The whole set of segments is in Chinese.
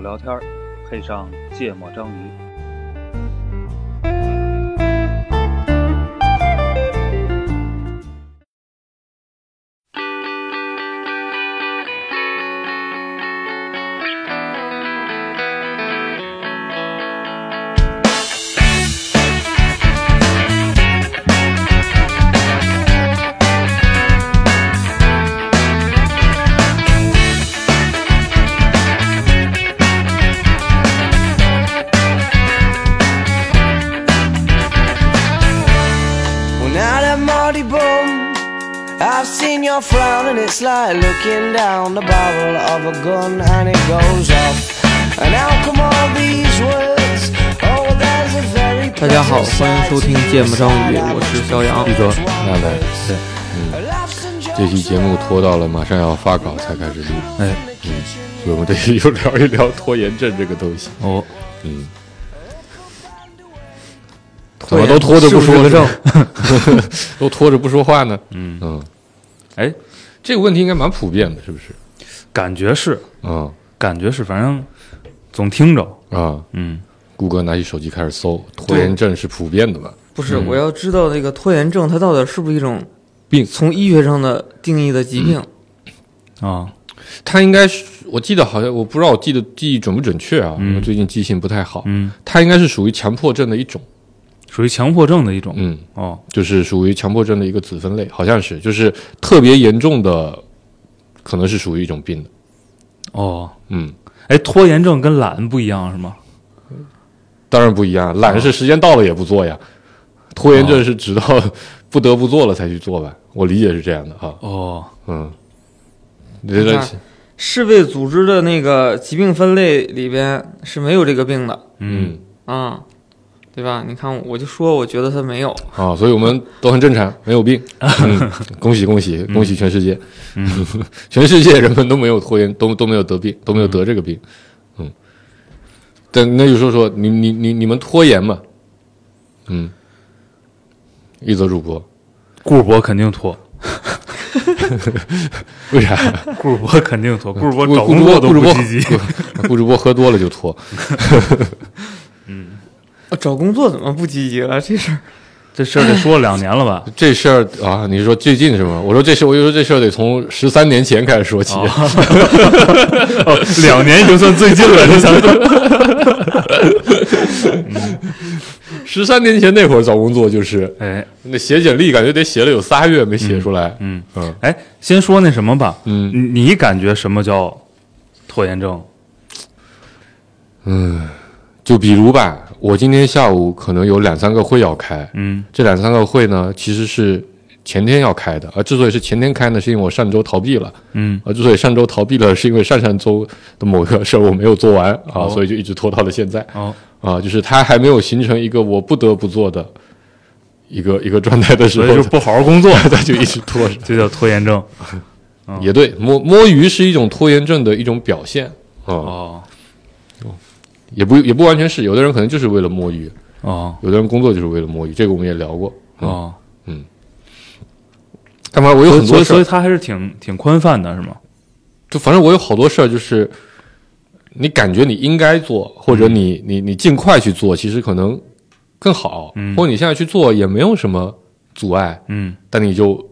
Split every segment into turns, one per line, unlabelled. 聊天儿，配上芥末章鱼。
Well, now that Marty bum, I've seen your frown, and it's like looking down the barrel of a gun, and it goes off. And how come all these words? Oh, there's a very
大家好，欢迎收听《芥末章鱼》，我是肖阳。
一哥，娜娜，对，这期节目拖到了马上要发稿才开始录，
哎，
所以我们这期就聊一聊拖延症这个东西。
哦，
嗯，怎么都拖着不
是
说
不是
呢， 都拖着不说话呢？嗯嗯，哎，这个问题应该蛮普遍的，是不是？
感觉是，
啊
感觉是，反正总听着，
啊，
嗯，
谷歌拿起手机开始搜，拖延症是普遍的吧？
不是，我要知道那个拖延症它到底是不是一种
病
从医学上的定义的疾病？
啊，
它应该是，我记得好像我不知道我记得记忆准不准确啊，因为最近记性不太好。
嗯，
它应该是属于强迫症的一种。
属于强迫症的一种，
嗯。
哦，
就是属于强迫症的一个子分类，好像是，就是特别严重的，可能是属于一种病的。
哦，
嗯，
哎，拖延症跟懒不一样是吗？
当然不一样，懒是时间到了也不做呀，拖延症是直到 不得不做了才去做吧。我理解是这样的啊，
哦，
嗯，你这个
那世卫组织的那个疾病分类里边是没有这个病的
嗯
啊、对吧？你看，我就说我觉得它没有，
啊，所以我们都很正常，没有 病，嗯、恭喜恭喜恭喜全世界，
嗯
全世界人们都没有拖延，都都没有得病，都没有得这个病，嗯，但那就说说你你你你们拖延嘛，嗯，一则主播
顾博肯定拖，
为啥？
顾博肯定拖， 顾博
顾
找
顾
工
主播
作都
顾主
不
播
积极，
顾主播喝多了就拖，
啊找工作怎么不积极了？这事儿
这事儿得说两年了 吧？
这事儿啊，你说最近是吗？我说这事，我就说这事儿得从十三年前开始说起，
哦，两年已经算最近了，你想 想，
十三、年前那会儿找工作就是
哎，
那写简历，感觉得写了有仨月没写出来，
嗯，
嗯
哎，先说那什么吧，
嗯
你你感觉什么叫拖延症？
就比如吧，我今天下午可能有两三个会要开，
嗯，
这两三个会呢，其实是前天要开的，而之所以是前天开呢，是因为我上周逃避了，
嗯，
而之所以上周逃避了，是因为上上周的某个事儿我没有做完啊，
哦
所以就一直拖到了现在
哦，
啊，就是它还没有形成一个我不得不做的一个一个状态的时
所
候，
以就不好好 工作，哦
它就一直拖 着，
这叫拖延症。
也对，摸摸鱼是一种拖延症的一种表现啊，
哦
也不也不完全是，有的人可能就是为了摸鱼，
哦
有的人工作就是为了摸鱼，这个我们也聊过。嗯，
哦，
他妈我有嗯
所以
很
所
多事
以所以
儿，
他还是挺挺宽泛的，是吗？
就反正我有好多事儿，就是你感觉你应该做，或
嗯
者你你你尽快去做，其实可能更好，
嗯
或者你现在去做也没有什么阻碍，
嗯
但你就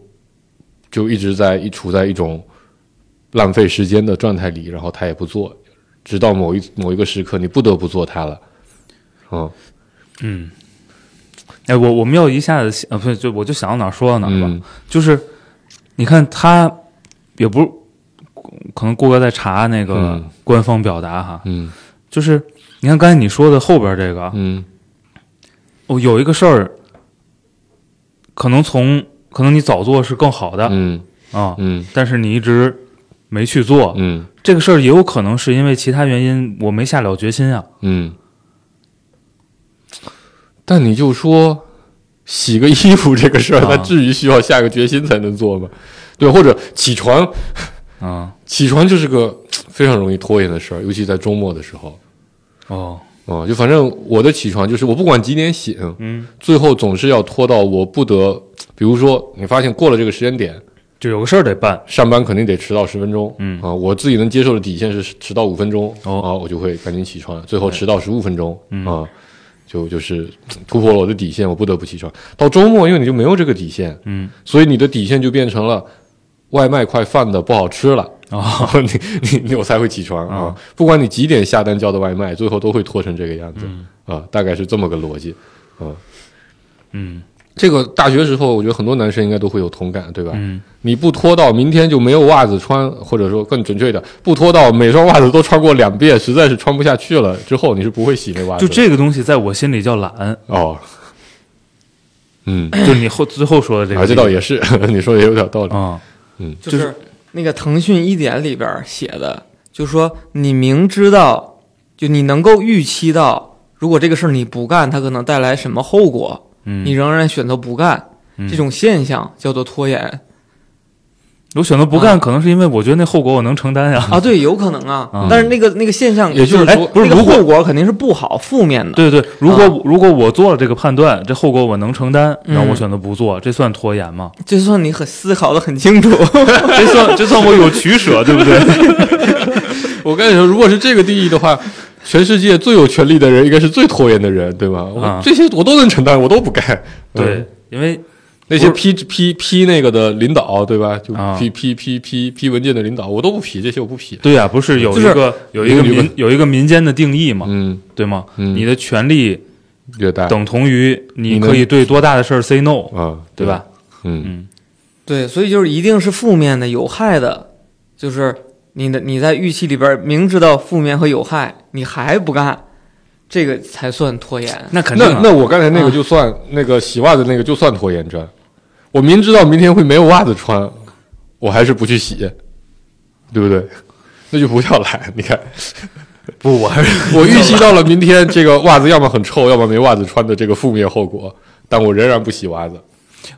就一直在一处在一种浪费时间的状态里，然后他也不做，直到某一某一个时刻你不得不做它了。嗯
嗯。哎，我我们要一下子想啊，不是，就我就想到哪儿说到哪儿吧。
嗯
就是你看他也不是，可能顾哥在查那个
嗯
官方表达哈，
嗯
就是你看刚才你说的后边这个，啊
嗯
哦，有一个事儿，可能从可能你早做是更好的、
嗯
啊，
嗯
但是你一直没去做，
嗯
这个事儿也有可能是因为其他原因，我没下了决心啊。
嗯，但你就说洗个衣服这个事儿，
啊
它至于需要下个决心才能做吗？对，或者起床，
啊，
起床就是个非常容易拖延的事儿，尤其在周末的时候。
哦，
啊、就反正我的起床就是我不管几点醒，
嗯，
最后总是要拖到我不得，比如说你发现过了这个时间点，
就有个事儿得办，
上班肯定得迟到十分钟，
嗯
啊，我自己能接受的底线是迟到五分钟，
哦嗯
啊，我就会赶紧起床，最后迟到十五分钟，啊，就就是突破了我的底线，我不得不起床。到周末，因为你就没有这个底线，
嗯，
所以你的底线就变成了外卖快饭的不好吃了。
哦
啊、你你你我才会起床啊！不管你几点下单叫的外卖，最后都会拖成这个样子、啊，大概是这么个逻辑啊。
嗯
这个大学时候，我觉得很多男生应该都会有同感，对吧？
嗯，
你不脱到明天就没有袜子穿，或者说更准确一点，不脱到每双袜子都穿过两遍，实在是穿不下去了之后，你是不会洗那袜子
就
的。
这个东西在我心里 叫懒，
哦，嗯，
就是你后最后说的这个例
啊，
子，
这哦倒也是， 你说的也有点道理。
啊，
就是那个腾讯一点里边写的，就说你明知道，就你能够预期到，如果这个事儿你不干，它可能带来什么后果，
嗯，
你仍然选择不干，
嗯
这种现象叫做拖延
我选择不干，
啊
可能是因为我觉得那后果我能承担呀。
啊。对，有可能啊
嗯，
但是那个那个现象
也就是
哎
说
不是
那个
如果
后果肯定是不好、负面的。
对对，如果、
啊
如果我做了这个判断，这后果我能承担，
嗯
然后我选择不做，这算拖延吗？
就算你很思考的很清楚，
这算这算我有取舍，对不对？
我跟你说，如果是这个定义的话，全世界最有权利的人应该是最拖延的人，对吧？我、
啊
这些我都能承担，我都不干。嗯
对，因为
那些批批批那个的领导，对吧？就
啊
批批批批批文件的领导，我都不批，这些我不批。
对呀、不是有一
就是
个、有一个
有一个
民有一个民间的定义嘛，
嗯，
对吗？
嗯
你的权利
虐待
等同于你
你能
可以对多大的事儿 say no，
啊，
对吧？？
嗯，
嗯
对，所以就是一定是负面的、有害的，就是你的你在预期里边明知道负面和有害，你还不干，这个才算拖延。
那肯定、
那
啊、
那我刚才那个
啊
就算那个洗袜子那个就算拖延症，我明知道明天会没有袜子穿，我还是不去洗，对不对？那就不叫懒。你看，
不，我还 是
我预期到了明天这个袜子要么很 臭，要么没袜子穿的这个负面后果，但我仍然不洗袜子。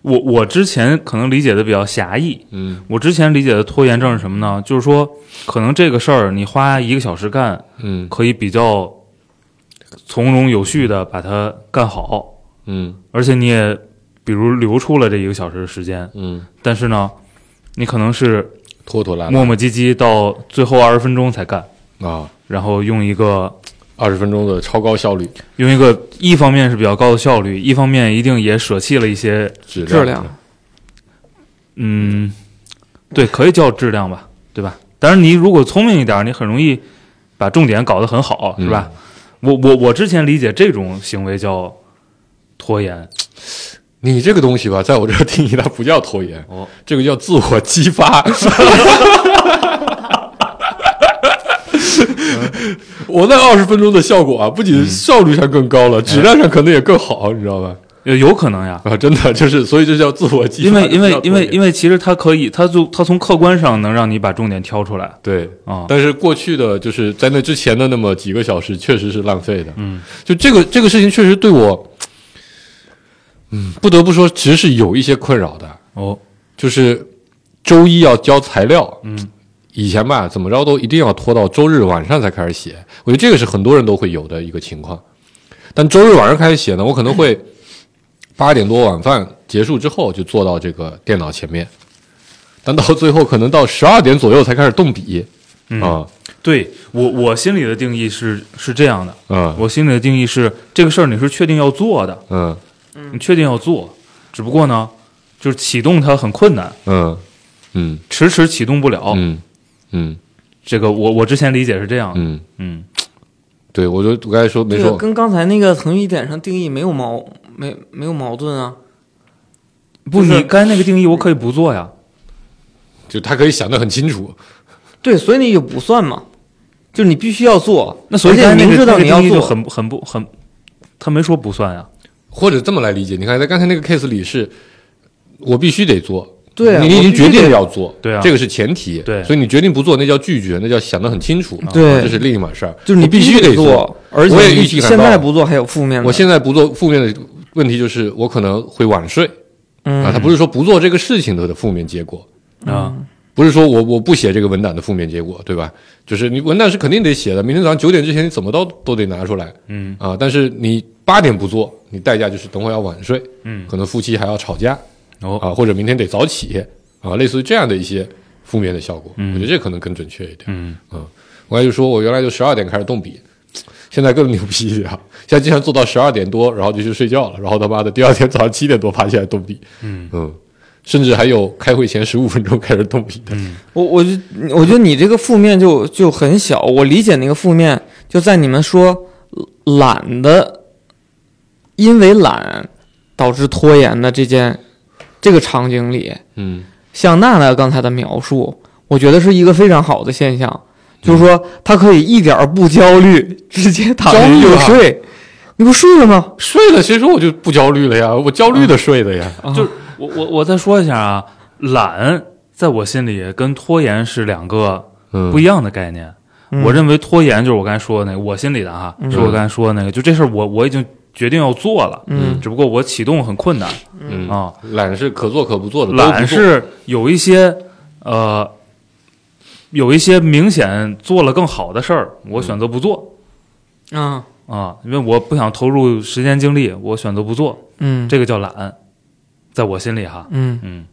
我我之前可能理解的比较狭义，
嗯
我之前理解的拖延症是什么呢？就是说，可能这个事儿你花一个小时干，
嗯
可以比较从容有序的把它干好，
嗯
而且你也比如留出了这一个小时的时间，
嗯，
但是呢，你可能是
拖拖拉
磨磨唧唧到最后二十分钟才干，
拉啊，
然后用一个
二十分钟的超高效率
用一个一方面是比较高的效率，一方面一定也舍弃了一些
质
质量
嗯，对，可以叫质量吧，对吧？当然，你如果聪明一点，你很容易把重点搞得很好，是吧？我我我之前理解这种行为叫拖延，
你这个东西吧，在我这儿定义它不叫拖延，
哦
这个叫自我激 发。我那二十分钟的效果啊，不仅效率上更高
嗯
了，质量上可能也更好，你知道吧？
呃有可能呀，
啊，真的就是，所以这叫自我激
因
发。
为因为因为因
为
为其实它可以，它就它从客观上能让你把重点挑出来
对，
啊，
但是过去的就是在那之前的那么几个小时，确实是浪费的。
嗯，
就这个这个事情确实对我，嗯，不得不说，其实是有一些困扰的。
哦，
就是周一要交材料，
嗯，
以前吧怎么着都一定要拖到周日晚上才开始写，我觉得这个是很多人都会有的一个情况。但周日晚上开始写呢，我可能 会八点多晚饭结束之后就坐到这个电脑前面，但到最后可能到十二点左右才开始动笔，
嗯
啊
对我我心里的定义是是这样的，
嗯
我心里的定义是这个事儿你是确定要做的，
嗯
你确定要做，只不过呢，就是启动它很困难，
嗯嗯
迟迟启动不了。
嗯嗯
这个我我之前理解是这样的，
嗯，
嗯
对我就我刚才说没
这个
说，
跟刚才那个腾讯一点上定义没有矛没没有矛盾啊。就
不，
是
你刚才那个定义我可以不做呀，
就他可以想得很清楚，
对，所以你就不算嘛，就是你必须要做，
那所以
而且
刚才
你
那
明
个
知道
那个
你要
定义就
做，
很很不很，他没说不算呀，
或者这么来理解，你看在刚才那个 case 里是，我必须得做，
对啊
你你已
我
经
必须
决定
得
要做，
对啊
这个是前提，
对
所以你决定不做，那叫拒绝，那叫想得很清楚，
对
这是另一码事儿，
就是你
必须
得
做，
而且
我也
你
预期感
现
到
在
了
不做还有负面的。
我现在不做，负面的问题就是我可能会晚睡啊，
嗯
它不是说不做这个事情的负面结果，
啊，
不是说我我不写这个文档的负面结果，对吧？就是你文档是肯定得写的，明天早上九点之前你怎么都都得拿出来，
嗯
啊，但是你八点不做，你代价就是等会儿要晚睡，
嗯
可能夫妻还要吵架，
哦
啊，或者明天得早起啊，类似于这样的一些负面的效果。
嗯
我觉得这可能更准确一点。啊
嗯
我还就说我原来就十二点开始动笔，现在更牛逼一点啊，现在经常做到十二点多，然后就去睡觉了，然后他妈的第二天早上七点多爬起来动笔，
嗯
甚至还有开会前十五分钟开始动笔的。
嗯
我我就我觉得你这个负面就就很小，我理解那个负面就在你们说懒的，因为懒导致拖延的这件这个场景里，
嗯
像娜娜刚才的描述，我觉得是一个非常好的现象，就是说她可以一点儿不焦虑，直接躺
焦
着
虑
就
啊
睡。你不睡了吗？
睡了，谁说我就不焦虑了呀？我焦虑的睡的呀。
啊
就是我我我再说一下啊，懒在我心里跟拖延是两个
嗯，
不一样的概念。
嗯
我认为拖延就是我刚才说的那个，我心里的哈，
嗯
是我刚才说的那个，就这事儿我我已经决定要做了，
嗯
只不过我启动很困难
嗯
啊。
懒是可做可不做的，都不
懒
做
是有一些呃，有一些明显做了更好的事儿，
嗯
我选择不做
啊
啊，因为我不想投入时间精力，我选择不做，
嗯
这个叫懒，在我心里哈，
嗯，
嗯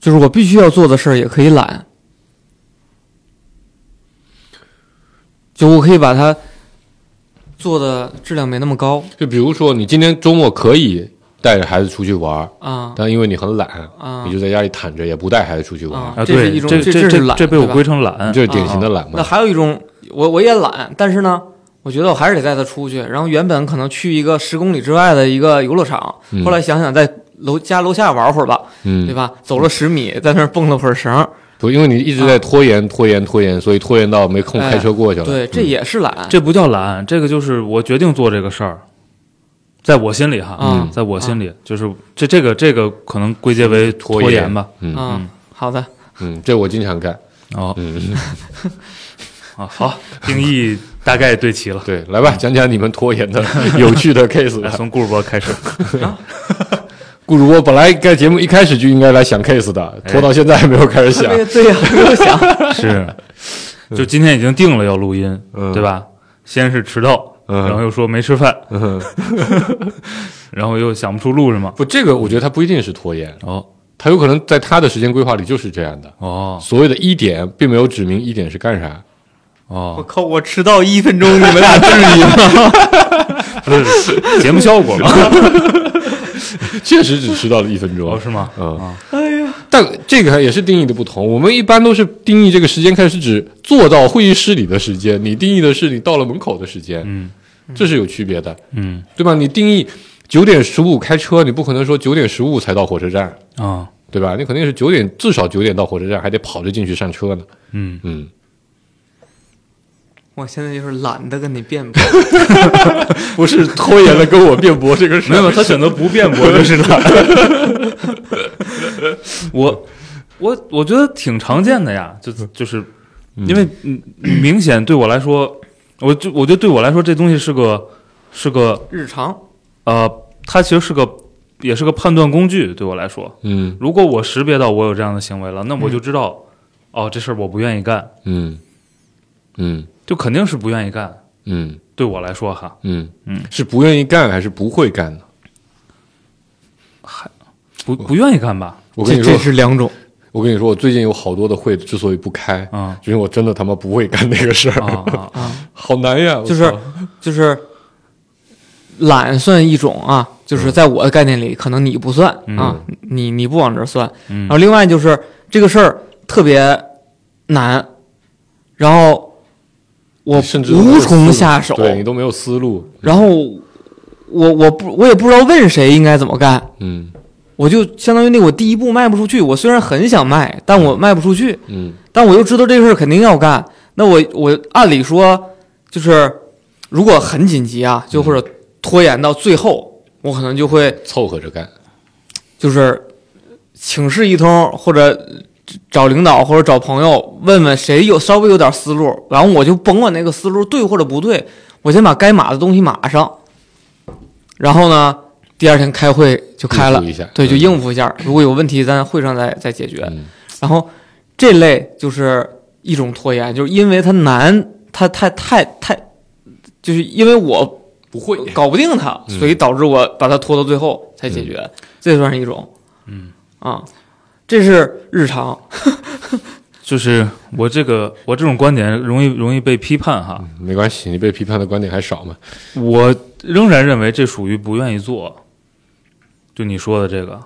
就是我必须要做的事儿也可以懒，就我可以把它做的质量没那么高
就比如说，你今天周末可以带着孩子出去玩儿，
啊
但因为你很懒，
啊
你就在家里躺着，也不带孩子出去玩儿，
啊
啊，
这是
对，
一种
这
这
这
这是懒
这被我
对吧
归成懒
你，这是典型的懒
那
嘛？
还有一种，我我也懒，但是呢，我觉得我还是得带他出去。然后原本可能去一个十公里之外的一个游乐场，
嗯
后来想想在楼家楼下玩会儿吧，对
嗯，
吧？走了十米，在那儿蹦了会儿绳，
不，因为你一直在拖延、拖延、拖延，所以拖延到没空开车过去了。嗯
对，这也是懒。
这不叫懒，这个就是我决定做这个事儿，在我心里哈，
嗯
在我心里就是这这个这个可能归结为
拖
延
延
吧，
嗯嗯
嗯，好的，
嗯，这我经常干。
哦
嗯，，
啊，好，定义大概对齐 了
对，来吧，讲讲你们拖延的有趣的 case
来
吧。
从顾主播开始，
顾主播本来该节目一开始就应该来想 case 的，拖到现在还没有开始想。
对对呀，没有想，
是，就今天已经定了要录音，
嗯
对吧？先是迟到，
嗯
然后又说没吃饭，
嗯
然后又想不出录什么。
不，这个我觉得他不一定是拖延，
哦
他有可能在他的时间规划里就是这样的。
哦
所谓的一点，并没有指明一点是干啥。
我
哦，
靠，我迟到一分 钟，你们俩至于吗？
不是节目效果吗？
确实只迟到了一分钟
哦，，是吗？
嗯
啊，
但这个也是定义的不同。我们一般都是定义这个时间开始指坐到会议室里的时间，你定义的是你到了门口的时间，
嗯
这是有区别的，
嗯
对吧？你定义九点十五开车，你不可能说九点十五才到火车站，
啊
对吧？你肯定是九点至少九点到火车站，还得跑着进去上车呢。
嗯，
嗯，
我现在就是懒得跟你辩驳，
不是拖延了跟我辩驳这个事
没有，
儿。
他选择不辩驳就是了。 我我我觉得挺常见的呀，就就是因为嗯明显对我来说，我就我觉得对我来说这东西是个是个
日常
呃，它其实是个也是个判断工具，对我来说。
嗯
如果我识别到我有这样的行为了，那我就知道，哦，这事儿我不愿意干，
嗯嗯
就肯定是不愿意干。
嗯
对我来说哈，
嗯
嗯，
是不愿意干还是不会干呢？
不不愿意干吧？
我跟
这
你说
这，是两种。
我跟你说，我最近有好多的会之所以不开，
啊
因为我真的他妈不会干那个事儿，
啊啊啊！
好难呀！我
就是
操
就是懒算一种啊，
嗯
就是在我的概念里，可能你不算啊，你你不往这儿算。
嗯
然后另外就是这个事儿特别难，然后我
甚至都没有
无
思路
从下手，
对你都没有思路。
然后我我不我也不知道问谁应该怎么干。
嗯
我就相当于那个我第一步迈不出去，我虽然很想迈，但我迈不出去。
嗯
但我又知道这个事儿肯定要干，那我我按理说就是，如果很紧急啊，
嗯
就或者拖延到最后，我可能就会
凑合着干。
就是请示一通，或者找领导或者找朋友问问谁有稍微有点思路，然后我就甭管那个思路对或者不对，我先把该码的东西码上，然后呢，第二天开会就开
应
了
付一下，
对，就
嗯
应付一下，如果有问题咱会上再再解决。
嗯
然后这类就是一种拖延，就是因为它难，它太太太，就是因为我
不会，
搞不定他，
嗯
所以导致我把它拖到最后才解决，这算是一种，
嗯
啊，这是日常，
就是我这个我这种观点容易容易被批判哈，
没关系，你被批判的观点还少嘛？
我仍然认为这属于不愿意做，就你说的这个，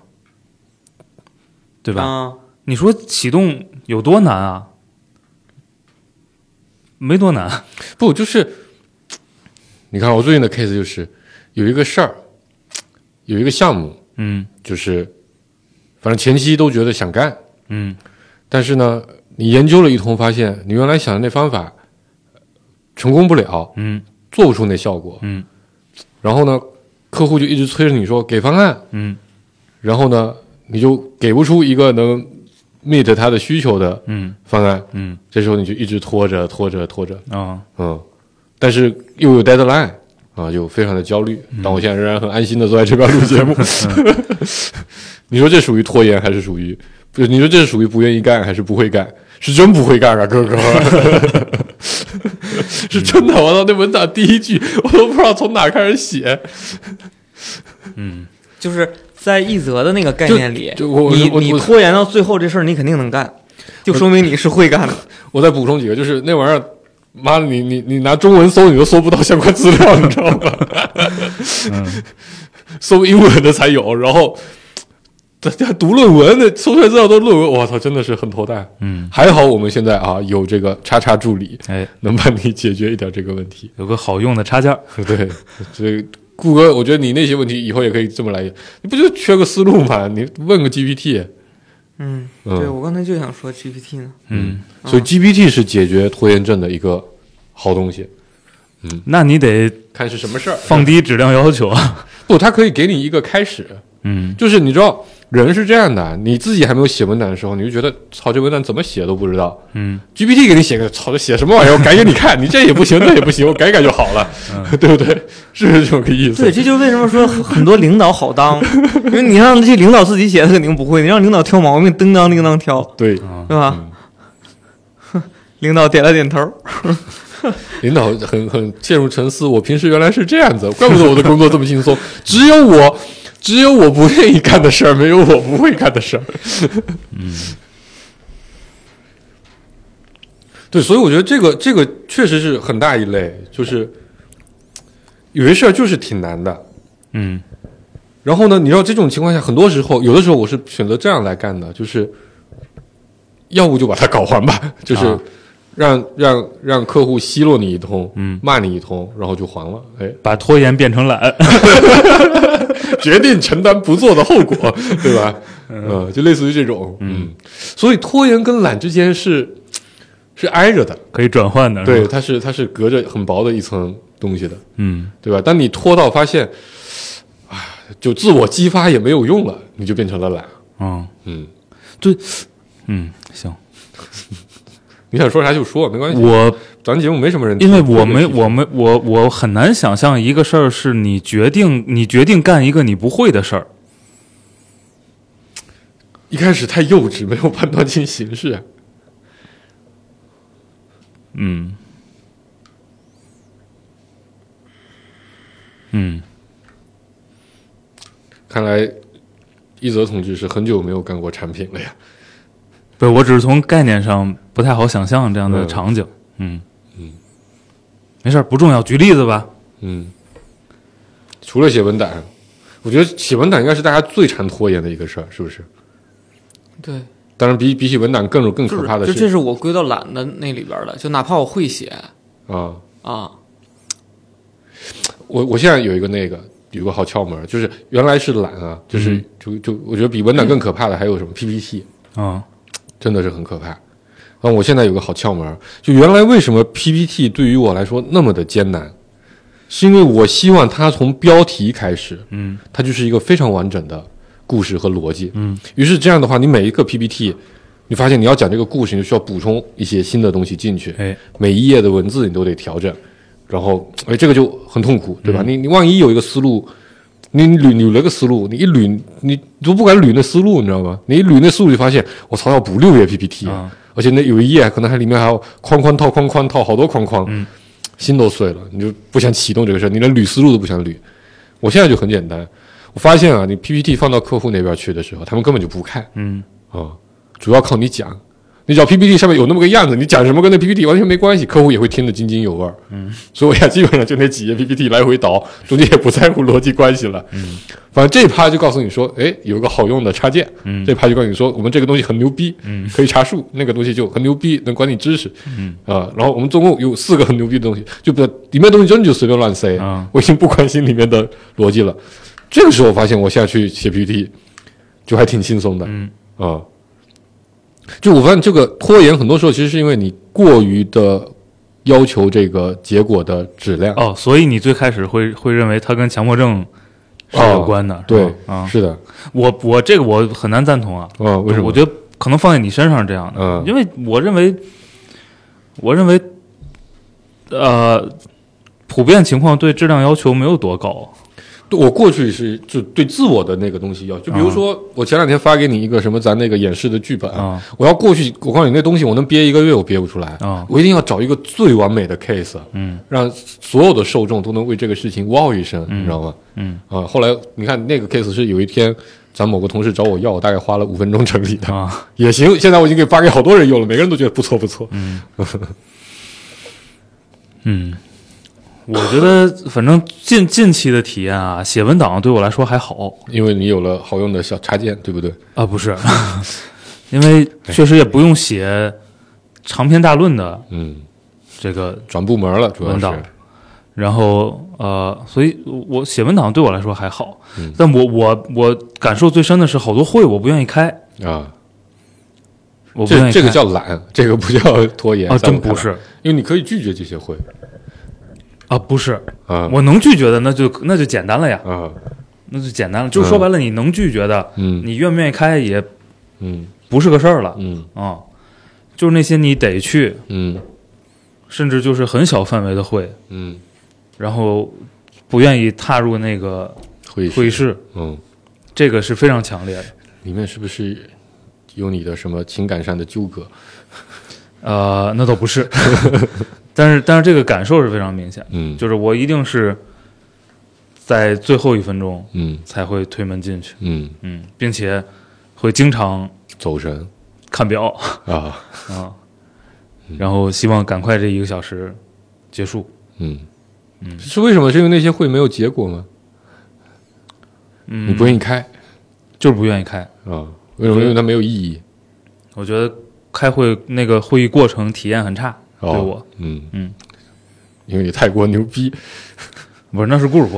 对吧？
啊，
你说启动有多难啊？没多难，
不，就是你看我最近的 case 就是有一个事儿，有一个项目，
嗯
就是反正前期都觉得想干，
嗯
但是呢，你研究了一通，发现你原来想的那方法呃成功不了，
嗯
做不出那效果。
嗯
然后呢，客户就一直催着你说给方案，
嗯
然后呢，你就给不出一个能 meet 他的需求的
嗯
方案。
嗯
这时候你就一直拖着拖着拖着，
啊，
嗯，但是又有 deadline 啊，就非常的焦虑。但我现在仍然很安心的坐在这边录节目。 你说这属于拖延还是属于？不是，你说这是属于不愿意干还是不会干？是真不会干啊，哥 哥！是真的，我操，那文档第一句我都不知道从哪开始写。
嗯
就是在一泽的那个概念里，
就就我
你
我
你
我
拖延到最后这事儿，你肯定能干，就说明你是会干的。
我再补充几个，就是那玩意儿，妈的，你你你拿中文搜，你都搜不到相关资料，你知道吗？
嗯
搜英文的才有，然后 大家读论文的，搜出来资料都是论文，我操，真的是很头大。
嗯，
还好我们现在啊有这个叉叉助理，
哎，
能帮你解决一点这个问 题。
有个好用的插件儿，
对，所以顾哥，我觉得你那些问题以后也可以这么来，你不就缺个思路吗？你问个 GPT，
嗯，
嗯
对我刚才就想说 GPT 呢，
嗯，
所以 GPT 是解决拖延症的一个好东西，
那你得
看是什么事儿。
放低质量要求啊，
不，它可以给你一个开始，
嗯
就是你知道人是这样的，你自己还没有写文档的时候，你就觉得操，这文档怎么写都不知道。
嗯
GPT 给你写个操，这写什么玩意儿？我改给你看，你这也不行，那也不行，我改改就好了， 对不对？是不是这么个意思？
嗯对，这就是为什么说很很多领导好 当，因为你让这些领导自己写，他肯定不会；你让领导挑毛病，叮当叮当挑，
对，
是吧？嗯 领导点了点头儿，
领导很很陷入沉思。我平时原来是这样子，怪不得我的工作这么轻松。只有我， 只有我不愿意干的事儿，没有我不会干的事儿。对，所以我觉得这个这个确实是很大一类，就是有些事儿就是挺难的。
嗯
然后呢，你知道这种情况下，很多时候有的时候我是选择这样来干的，就是要不就把它搞完吧， 就是
啊
让、让让客户奚落你一通，
嗯
骂你一通，然后就还了，哎，
把拖延变成 懒，
决定承担不做的后果， 对吧？嗯，就类似于这种，嗯，所以拖延跟懒之间是是挨着的，
可以转换的，
对，
是吧，
它是它是隔着很薄的一层东西的，
嗯
对吧？当你拖到发现，哎，就自我激发也没有用了，你就变成了懒，
嗯
嗯。
嗯，行，
你想说啥就说，没关系。
我
咱节目没什么人听，
因为我没
特别
我没我我很难想象一个事儿是你决定你决定干一个你不会的事儿，
一开始太幼稚，没有判断清形势。
嗯嗯，
看来一泽同志是很久没有干过产品了呀。
不，我只是从概念上不太好想象这样的
嗯
场景，嗯嗯，没事儿，不重要，举例子吧，
嗯，除了写文档，我觉得写文档应该是大家最常拖延的一个事儿，是不是？
对，
当然比，比起文档更更
就
可
是
怕的
就这
是
是我归到懒的那里边儿的，就哪怕我会写
啊，
啊，
我我现在有一个那个有一个好窍门儿，就是原来是懒啊，就是、
嗯
就就我觉得比文档更可怕的还有什么 PPT，、嗯
啊，
真的是很可怕。啊，我现在有个好窍门儿，就原来为什么 PPT 对于我来说那么的艰难，是因为我希望它从标题开始，
嗯，
它就是一个非常完整的故事和逻辑，
嗯，
于是这样的话，你每一个 PPT，你发现你要讲这个故事，你就需要补充一些新的东西进去，
哎，
每一页的文字你都得调整，然后哎，这个就很痛苦，对吧？
嗯
你你万一有一个思路，你你捋捋了个思路，你一捋，你你都不敢捋那思路，你知道吗？你一捋那思路就发现，我操，要补六页 PPT，、
啊
而且那有一页可能还里面还有框框套框框套好多框框，心都碎了，你就不想启动这个事儿，你连捋思路都不想捋。我现在就很简单，我发现啊，你 PPT 放到客户那边去的时候，他们根本就不看
嗯，
啊、主要靠你讲。你只要 PPT 上面有那么个样子，你讲什么跟那 PPT 完全没关系，客户也会听得津津有味儿。嗯，所以我也基本上就那几页 PPT 来回倒，中间也不在乎逻辑关系了。嗯，反正这一趴就告诉你说，哎，有一个好用的插件。嗯，这趴就告诉你说，我们这个东西很牛逼，嗯，可以查数，那个东西就很牛逼，能管理知识。嗯，啊、然后我们总共有四个很牛逼的东西，就不里面东西真的就随便乱塞，
啊
我已经不关心里面的逻辑了。这个时候我发现我下去写 PPT 就还挺轻松的。
嗯，
啊、就我发现这个拖延，很多时候其实是因为你过于的要求这个结果的质量。
哦，所以你最开始会会认为它跟强迫症是有关的，是
哦对
吧，啊，
是的，
我我这个我很难赞同啊，
啊、为什么？
我觉得可能放在你身上是这样的，
嗯
因为我认为，我认为，呃，普遍情况对质量要求没有多高，
对我过去是就对自我的那个东西要，就比如说我前两天发给你一个什么咱那个演示的剧本，
啊
我要过去，我告诉你那东西我能憋一个月我憋不出来，
啊
我一定要找一个最完美的 case，
嗯，
让所有的受众都能为这个事情哇一声，你知道吗？
嗯
啊，后来你看那个 case 是有一天咱某个同事找我要，我大概花了五分钟整理的，
啊，
也行，现在我已经给发给好多人用了，每个人都觉得不错不错，
嗯，我觉得反正近近期的体验啊，写文档对我来说还好
因为你有了好用的小插件，对不对？
啊，不是， 因为确实也不用写长篇大论的
嗯，
这个
转部门了，主要
文
是
档然后呃，所以我写文档对我来说还好，但我我我感受最深的是好多会我不愿意开，
啊，
我不愿
这
意
这个
开
叫懒，这个不叫 拖延
啊，
在我
真
看
不
来
是
因为你可以拒绝这些会
啊，不是，
啊
我能拒绝的那就那就简单了呀，
啊，
那就简单了，就是说白了，你能拒绝的，
嗯
你愿不愿意开也
嗯
不是个事儿了
嗯
啊，就是那些你得去，
嗯
甚至就是很小范围的会，
嗯，
然后不愿意踏入那个
会议室
会议室，
嗯，
这个是非常强烈的。
里面是不是有你的什么情感上的纠葛？
呃，那倒不是， 但是但是这个感受是非常明显的，
嗯
就是我一定是在最后一分钟
嗯
才会推门进去，
嗯，
嗯，并且会经常
走神
看 表
啊，
啊，然后希望赶快这一个小时结束。
嗯是为什么？是因为那些会没有结果吗？
嗯，
你不愿意开
就是不愿意开，
啊？为什么？因为它没有意义。
我觉得开会那个会议过程体验很差，
哦
对我
嗯
嗯，
因为你太过牛逼。
不是那是 group，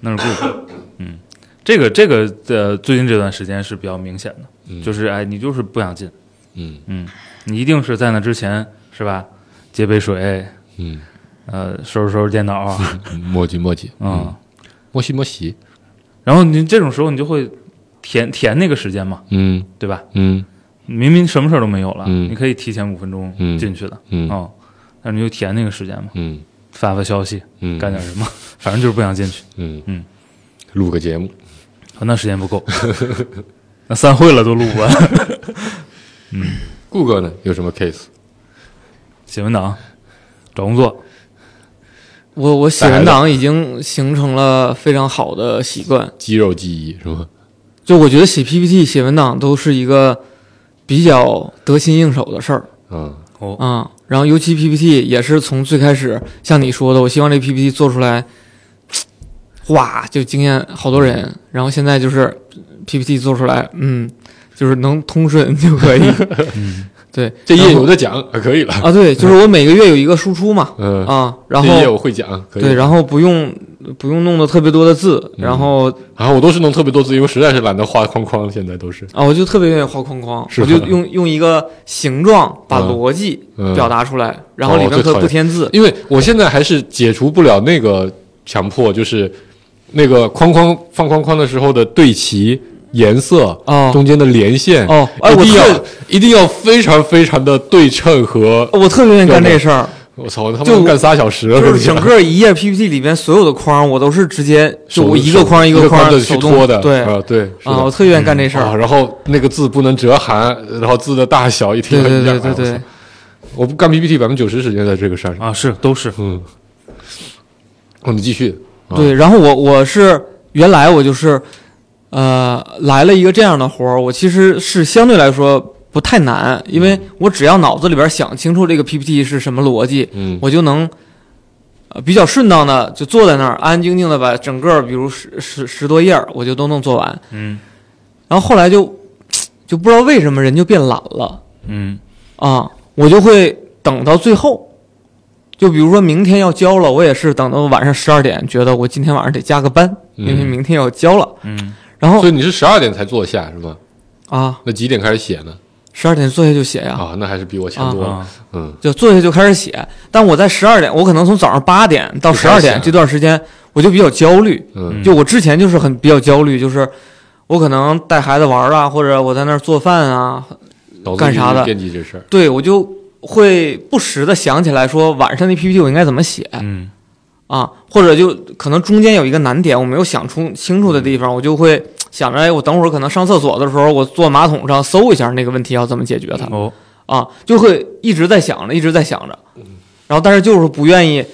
那是 group，嗯，这个这个呃，最近这段时间是比较明显的，
嗯
就是哎，你就是不想进。
嗯
嗯，你一定是在那之前是吧？接杯水，
嗯，
呃，收拾收拾电脑，啊
墨迹墨迹，
嗯，
莫西莫西。
然后你这种时候你就会填填那个时间嘛，
嗯
对吧？
嗯
明明什么事儿都没有了，
嗯
你可以提前五分钟
嗯
进去的，
嗯
哦，但是你就填那个时间嘛，
嗯
发发消息，
嗯，
干点什么， 反正就是不想进去，
嗯
嗯，
录个节目。
啊那时间不够， 那散会了都录不完，
顾哥呢？有什么 case？
写文档，找工作，
我我写
带来
文
的
档已经形成了非常好的习惯，
肌肉记忆是吗？
就我觉得写 PPT、写文档都是一个比较得心应手的事儿
嗯
哦，
啊、然后尤其 PPT 也是从最开始像你说的，我希望这 PPT 做出来，哇，就惊艳好多人。然后现在就是 PPT 做出来，嗯，就是能通顺就可以。对，
这
然
页
后
有的讲啊，可以了。
啊，对，就是我每个月有一个输出嘛，
嗯，
啊，然后
这页我会讲，可以。
对，然
后
后不用不用弄得特别多的字，然后
啊，我都是弄特别多字，因为实在是懒得画框框，现在都是。
啊，我就特别愿意画框框，
是
我
吧
就用用一个形状把
嗯
逻辑
嗯
表达出来，然后里面
最
可
讨
不
厌
添字。
因为我现在还是解除不了那个强迫，就是那个框框放框框的时候的对齐颜色，
哦
中间的连线，
哦哎
一
我
定要
特
一定要非常非常的对称和，
哦我特别愿意干这事儿，
我操，他
就
们干仨小时了，
就
我跟
是
你讲
整个一页 PPT 里边所有的框，我都是直接就
手
我一个
手
框
一
个
框的去
手
拖
动
的，
对
啊对，是
啊，我
的。
特别愿意干这事
啊，
儿。
然后那个字不能折含，然后字的大小一听
对
一
对
样，
对对
哎
对，
我干 PPT 百分之九十时间在这个事儿上。
啊，是都是
嗯，我们继续。啊
对，然后我我是原来我就是，呃，来了一个这样的活儿，我其实是相对来说不太难，因
嗯
为我只要脑子里边想清楚这个 PPT 是什么逻辑，
嗯，
我就能。呃，比较顺当的就坐在那儿，安安静静的把整个，比如十十十多页儿，我就都能做完。
嗯
然后后来就就不知道为什么人就变懒了
嗯
啊，我就会等到最后。就比如说明天要交了，我也是等到晚上十二点，觉得我今天晚上得加个班，因为
嗯
明天要交了。
嗯
然后
所以你是十二点才坐下是吗？
啊，
那几点开始写呢？
十二点坐下就写呀，
啊，那还是比我强多了。
啊
嗯，
就坐下就开始写。但我在十二点，我可能从早上八点到
就
十
开
二
始写
点这段时间，我就比较焦虑。
嗯
就我之前就是很比较焦虑，就是我可能带孩子玩儿啊，或者我在那儿做饭啊，
脑子
干啥
一直
的
惦记这事儿。
对我就会不时的想起来说晚上那 PPT 我应该怎么写
嗯
啊，或者就可能中间有一个难点我没有想出清楚的地方，我就会想着，哎，我等会儿可能上厕所的时候，我坐马桶上搜一下那个问题要怎么解决它
哦
啊，就会一直在想着，一直在想着，然后但是就是不愿意。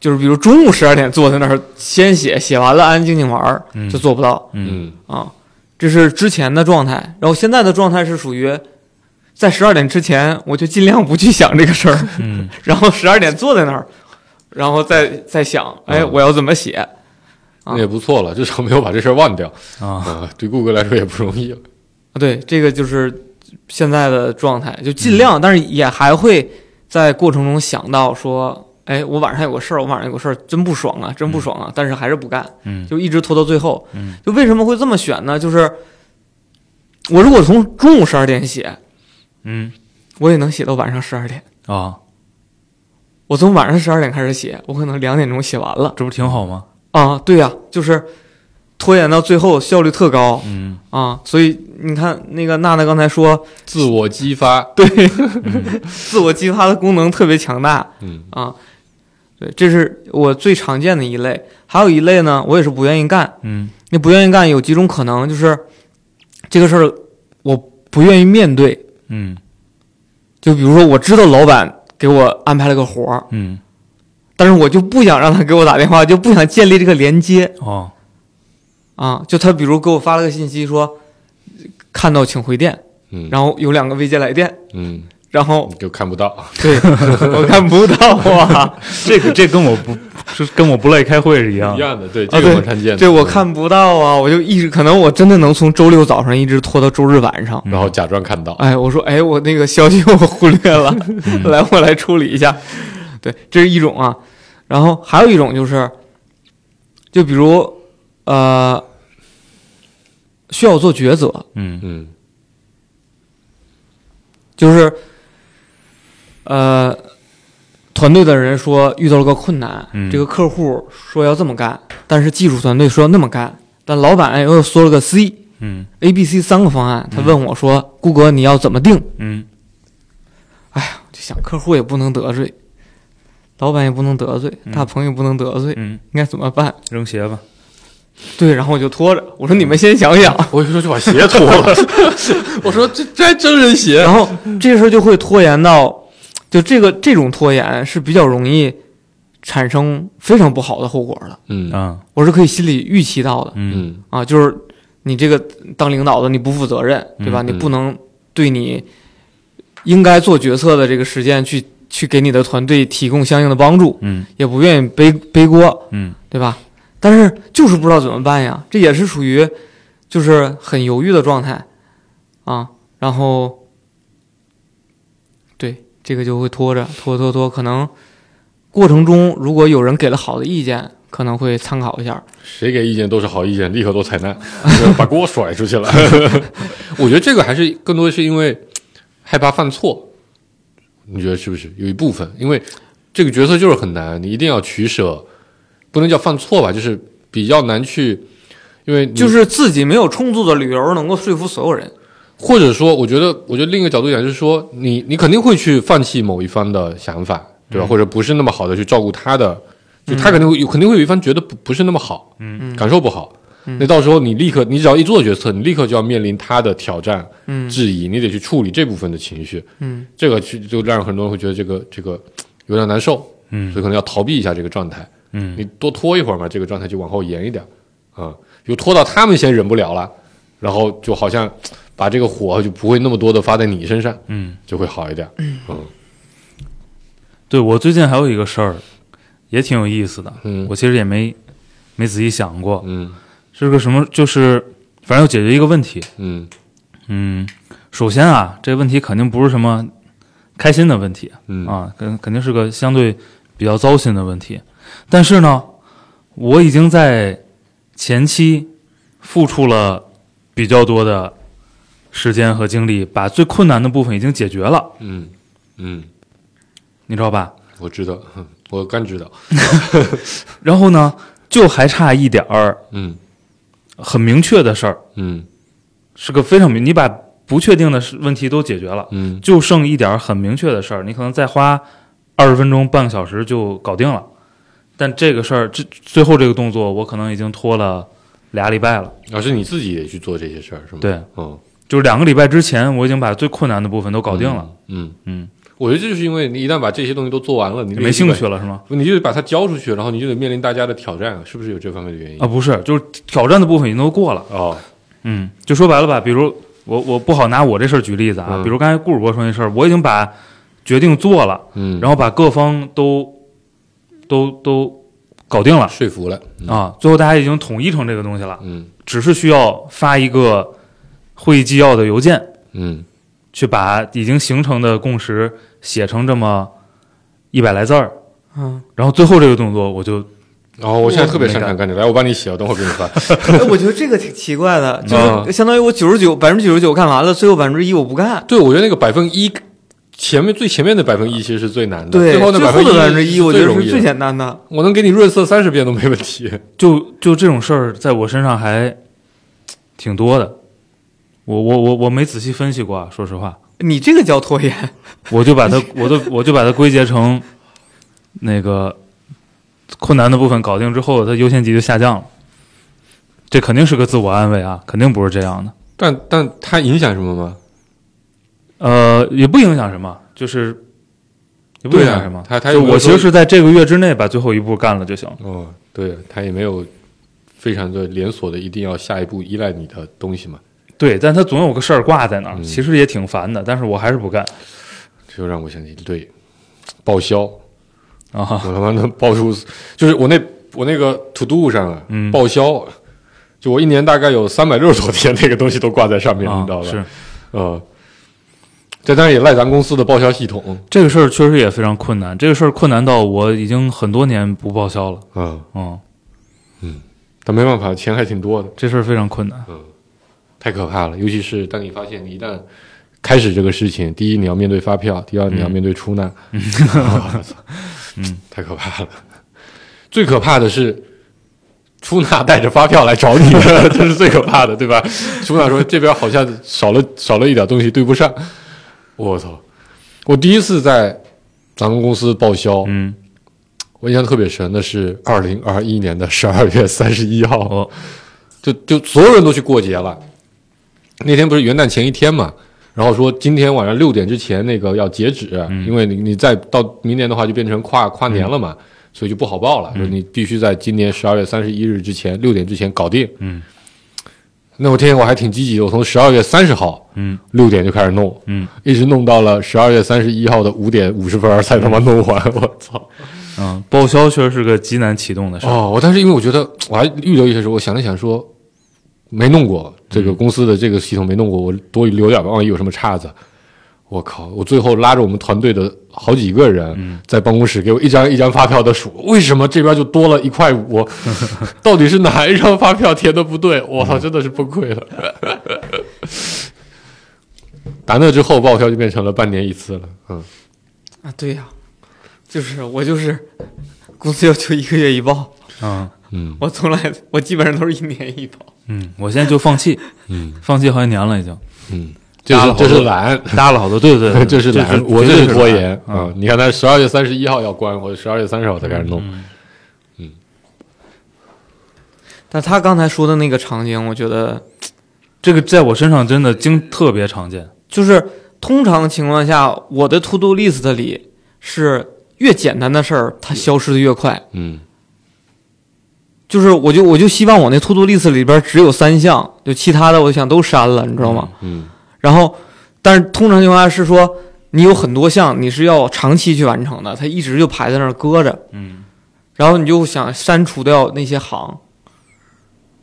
就是比如中午十二点坐在那儿先写，写完了安安静静玩儿
嗯
就做不到
嗯
嗯，
啊，这是之前的状态。然后现在的状态是属于在十二点之前，我就尽量不去想这个事儿，
嗯
然后十二点坐在那儿，然后再再想，哎，
嗯
我要怎么写？啊
那也不错了，至少没有把这事儿忘掉
啊
啊。对顾哥来说也不容易。
对，这个就是现在的状态，就尽
嗯
量，但是也还会在过程中想到说，哎，我晚上有个事儿，我晚上有个事儿，真不爽啊，真不爽啊，但是还是不干，
嗯
就一直拖到最后。
嗯
就为什么会这么选呢？就是我如果从中午十二点写，
嗯
我也能写到晚上十二点。
啊，
我从晚上十二点开始写，我可能两点钟写完了
这不挺好吗？
啊。对呀、就是拖延到最后，效率特高
嗯
啊。所以你看，那个娜娜刚才说，
自我激发，
自我激发的功能特别强大
嗯
啊。对，这是我最常见的一类。还有一类呢，我也是不愿意干。
嗯
那不愿意干有几种可能，就是这个事儿我不愿意面对。
嗯
就比如说，我知道老板给我安排了个活儿，
嗯
但是我就不想让他给我打电话，就不想建立这个连接。
哦
啊，就他比如给我发了个信息说，看到请回电，
嗯
然后有两个未接来电，
嗯，
然后
你就看不到。
对我看不到啊，
这个这跟我不 这跟我不乐意开会是一样
一
的。
样的，对，
啊
这个很常见的。
对我
嗯，
看不到啊，我就一直可能我真的能从周六早上一直拖到周日晚上。
然后假装看到，
哎，我说哎，我那个消息我忽略了，来我来处理一下。对，这是一种啊，然后还有一种就是，就比如呃，需要我做抉择，
嗯
嗯
就是，呃，团队的人说遇到了个困难，
嗯
这个客户说要这么干，但是技术团队说要那么干，但老板哎又说了个 C、
嗯
A、B、C 三个方案，他问我说：“顾哥，你要怎么定
嗯？”
就想客户也不能得罪，老板也不能得罪，大鹏也不能得罪，
嗯，
应该怎么办？
扔鞋吧。
对，然后我就拖着，我说：“你们先想想。”
嗯
我跟你说 就把鞋脱了，我说这这还真人鞋，
然后这事儿就会拖延到，就这个这种拖延是比较容易产生非常不好的后果的。
嗯
啊
我是可以心里预期到的
嗯
嗯
啊，就是你这个当领导的你不负责任，对吧？
嗯
你
嗯
不能对你应该做决策的这个时间去去给你的团队提供相应的帮助，
嗯
也不愿意背背锅，
嗯
对吧？但是就是不知道怎么办呀，这也是属于就是很犹豫的状态啊，然后对这个就会拖着拖拖拖，可能过程中如果有人给了好的意见，可能会参考一下。
谁给意见都是好意见，立刻都采 纳，把锅甩出 去了。我觉得这个还是更多是因为害怕犯错，你觉得是不是？有一部分，因为这个角色就是很难，你一定要取舍，不能叫犯错吧，就是比较难去，因为你
就是自己没有充足的理由能够说服所有人。
或者说，我觉得，我觉得另一个角度讲，就是说，你你肯定会去放弃某一方的想法，对吧？或者不是那么好的去照顾他的，就他肯定会有肯定会有一方觉得不不是那么好，
嗯
感受不好。
嗯
那到时候你立刻，你只要一做决策，你立刻就要面临他的挑战、
嗯
质疑，你得去处理这部分的情绪，
嗯
这个去就让很多人会觉得这个这个有点难受，
嗯
所以可能要逃避一下这个状态。
嗯
你多拖一会儿嘛，这个状态就往后延一点儿啊、就拖到他们先忍不了了，然后就好像把这个火就不会那么多的发在你身上，
嗯，
就会好一点。嗯
对我最近还有一个事儿，也挺有意思的，
嗯
我其实也没没仔细想过，
嗯
是个什么，就是反正要解决一个问题。
嗯
嗯，首先啊，这个问题肯定不是什么开心的问题，
嗯
啊，肯肯定是个相对比较糟心的问题。但是呢，我已经在前期付出了比较多的时间和精力，把最困难的部分已经解决了，
嗯嗯，
你知道吧？
我知道，哼我干知道。
然后呢，就还差一点儿
嗯
很明确的事儿，
嗯
是个非常明，你把不确定的事问题都解决了，
嗯
就剩一点儿很明确的事儿，你可能再花二十分钟、半个小时就搞定了。但这个事儿，这最后这个动作，我可能已经拖了俩礼拜了。
而是你自己也去做这些事儿是吗？，
对，
嗯，
就是两个礼拜之前，我已经把最困难的部分都搞定了，
嗯。
嗯，
我觉得这就是因为你一旦把这些东西都做完了，你
也
就
没兴趣了，是吗？
不，你就得把它交出去，然后你就得面临大家的挑战，是不是有这方面的原因？
啊，不是，就是挑战的部分已经都过了。
哦，
嗯，就说白了吧，比如我我不好拿我这事儿举例子啊，
嗯
比如刚才顾主播说那事儿，我已经把决定做了，
嗯，
然后把各方都都都搞定了
说服了，嗯
啊，最后大家已经统一成这个东西了，
嗯
只是需要发一个会议纪要的邮件，
嗯
去把已经形成的共识写成这么一百来字儿，
嗯，
然后最后这个动作我就
然后我现在特别擅
没
长
干
干这个，来，我帮你写，我等会儿给你发。
哎，我觉得这个挺奇怪的，就是
嗯
相当于我九十九百分之九十九干完了，最后百分之一我不干。
对，我觉得那个百分一前面最前面的百分一其实是最难的，
对，最
后那百
后
分
的百分之一，我觉得
最容
是
易
最
的。
简单的。
我能给你润色三十遍都没问题。
就就这种事儿，在我身上还挺多的。我我我我没仔细分析过啊，说实话，
你这个叫拖延，
我就把它，我都我就把它归结成那个困难的部分搞定之后，它优先级就下降了。这肯定是个自我安慰啊，肯定不是这样的。
但但它影响什么吗？
呃，也不影响什么，就是也不影响什么。
对啊它它
就
有的
我
时
其
候
实是在这个月之内把最后一步干了就行。
哦，对，它也没有非常的连锁的，一定要下一步依赖你的东西嘛，
对，但它总有个事儿挂在那儿，
嗯
其实也挺烦的，但是我还是不干
这就让我想起对报销。
啊。
我他妈能报出，就是我那我那个 to do 上啊，
嗯
报销，就我一年大概有三百六十多天，那个东西都挂在上面，
啊
你知道吧？
是，
呃，这当然也赖咱公司的报销系统，
这个事儿确实也非常困难，这个事儿困难到我已经很多年不报销了。
嗯，
嗯，
但没办法，钱还挺多的，
这事儿非常困难。
嗯太可怕了。尤其是当你发现你一旦开始这个事情，第一你要面对发票，第二你要面对出纳，嗯，
嗯
太可怕了。最可怕的是。出纳带着发票来找你， 这是最可怕的，对吧？出纳说这边好像少了少了一点东西，对不上。我操！我第一次在咱们公司报销，
嗯，
我印象特别深，那是二零二一年的十二月三十一号，
哦
就就所有人都去过节了。那天不是元旦前一天嘛，然后说今天晚上六点之前那个要截止，
嗯
因为你你再到明年的话就变成跨跨年了嘛，所以就不好报
嗯
了，说你必须在今年十二月三十一日之前六点之前搞定。
嗯，
那我天，我还挺积极的，我从十二月三十号，
嗯，
六点就开始弄，
嗯，
一直弄到了十二月三十一号的五点五十分儿才他妈弄完，我操！
嗯，报销确实是个极难启动的事儿。
哦，我当时因为我觉得我还预留一些时候，我想了想说，没弄过这个公司的这个系统没弄过，我多留点吧，万一有什么岔子。我靠！我最后拉着我们团队的好几个人在办公室给我一张一张发票的数，为什么这边就多了一块五？到底是哪一张发票填的不对？我操，真的是崩溃了。打那之后，报销就变成了半年一次了。嗯，
啊，对呀、就是我就是，公司要求一个月一报，
嗯
我从来我基本上都是一年一报。
嗯，我现在就放弃，
嗯，
放弃好几年了，已经
这
打了
是
好
这
多
是 懒，
搭了好多。对对对，
这是懒，我这
这绝
是
对
拖
懒
延啊！你看，他十二月三十一号要关，我十二月三十号才开始弄。
但他刚才说的那个场景，我觉得
这个在我身上真的经特别常见。
就是通常情况下，我的 to do list 里是越简单的事儿，它消失的越快。
嗯
就是我就我就希望我那 to do list 里边只有三项，就其他的我想都删了，你知道吗？
嗯
然后，但是通常情况下是说你有很多项你是要长期去完成的，它一直就排在那儿搁着，
嗯，
然后你就想删除掉那些行，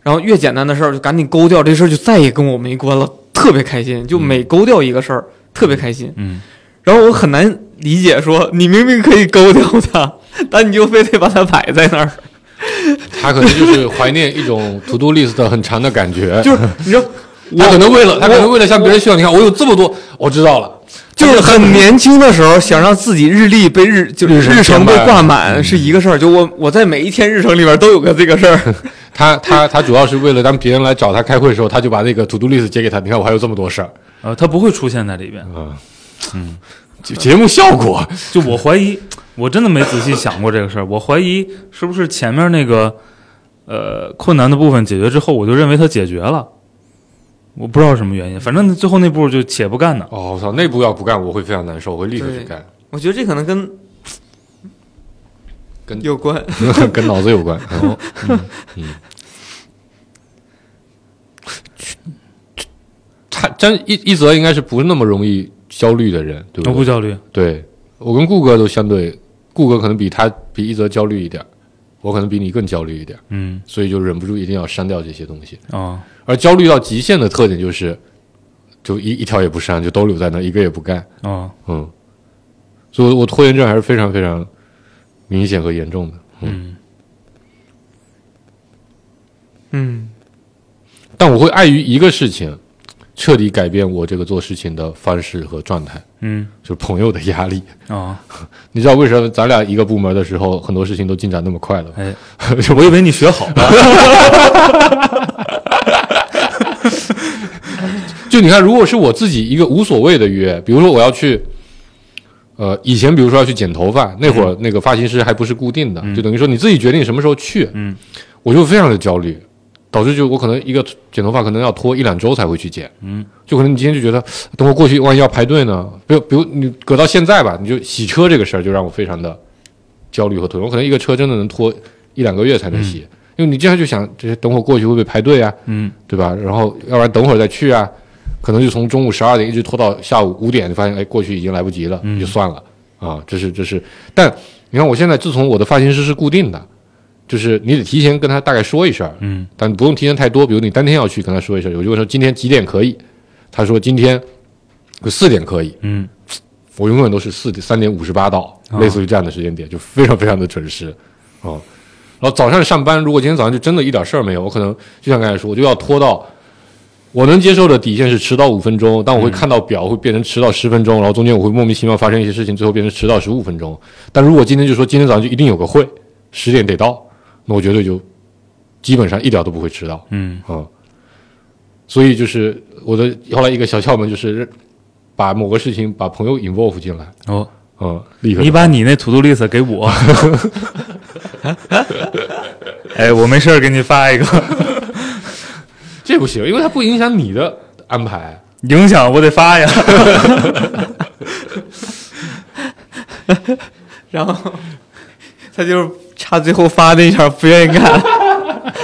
然后越简单的事儿就赶紧勾掉，这事儿就再也跟我没关了，特别开心，就每勾掉一个事儿特别开心。
嗯，
然后我很难理解说你明明可以勾掉它，但你就非得把它摆在那儿。
他可能就是怀念一种 to do list 很长的感觉，
就是你知道，
他可能为了他可能
我
为了向别人炫耀，你看我有这么多，我知道了，
就是很年轻的时候想让自己日历被日就是
日程
日程嗯被
填满
挂满是一个事儿，就我我在每一天日程里边都有个这个 事儿，
他他他主要是为了当别人来找他开会的时候，他就把那个 to do list 截给他，你看我还有这么多事儿，
呃，它不会出现在里边。
节节目效果，
就我怀疑，我真的没仔细想过这个事儿。我怀疑是不是前面那个呃困难的部分解决之后，我就认为它解决了，我不知道什么原因，反正最后那步就且不干呢。
哦，我操，那步要不干我会非常难受，我会立刻去干，
我觉得这可能跟
跟
有关。
跟脑子有关。嗯他张一一泽应该是不是那么容易焦虑的人，对
我
哦不对？
不焦虑，
对我跟顾哥都相对，顾哥可能比他比一泽焦虑一点儿，我可能比你更焦虑一点儿，
嗯
所以就忍不住一定要删掉这些东西。
哦
啊、
而焦虑到极限的特点就是，就一一条也不删，就都留在那儿，一个也不干。
啊、
哦
嗯，所以我我拖延症还是非常非常明显和严重的。
嗯
嗯，
但我会碍于一个事情，彻底改变我这个做事情的方式和状态，
嗯
就是朋友的压力。
嗯哦
啊、
你知道为什么咱俩一个部门的时候，很多事情都进展那么快了吗？
哎，我以为你学好了，
就你看，如果是我自己一个无所谓的约，比如说我要去，呃，以前比如说要去剪头
嗯
发，那会儿那个发型师还不是固定的，就等于说你自己决定什么时候去，
嗯，
我就非常的焦虑，导致就我可能一个剪头发可能要拖一两周才会去剪，
嗯，
就可能你今天就觉得等我过去万一要排队呢，比如比如你搁到现在吧，你就洗车这个事儿就让我非常的焦虑和拖延，我可能一个车真的能拖一两个月才能洗，因为你经常就想这些等会儿过去会不会排队啊，
嗯
对吧？然后要不然等会儿再去啊，可能就从中午十二点一直拖到下午五点，就发现哎过去已经来不及了，
嗯
就算了啊。这是这是，但你看我现在自从我的发型师是固定的，就是你得提前跟他大概说一声，
嗯
但不用提前太多，比如你当天要去跟他说一声，我就问说今天几点可以，他说今天四点可以，
嗯
我永远都是四点三点五十八到，
啊
类似于这样的时间点，就非常非常的准时啊、然后早上上班，如果今天早上就真的一点事儿没有，我可能就像刚才说，我就要拖到我能接受的底线是迟到五分钟，
嗯
但我会看到表会变成迟到十分钟，然后中间我会莫名其妙发生一些事情，最后变成迟到十五分钟。但如果今天就说今天早上就一定有个会，十点得到，那我绝对就基本上一点都不会迟到。
嗯
啊，所以就是我的后来一个小窍门就是把某个事情把朋友 involve 进来，
哦，
啊，立刻
你把你那 to do list 给我，哎，我没事儿给你发一个，
这不行，因为它不影响你的安排。
影响我得发呀。
然后他 就是差最后 发那一下不愿意干，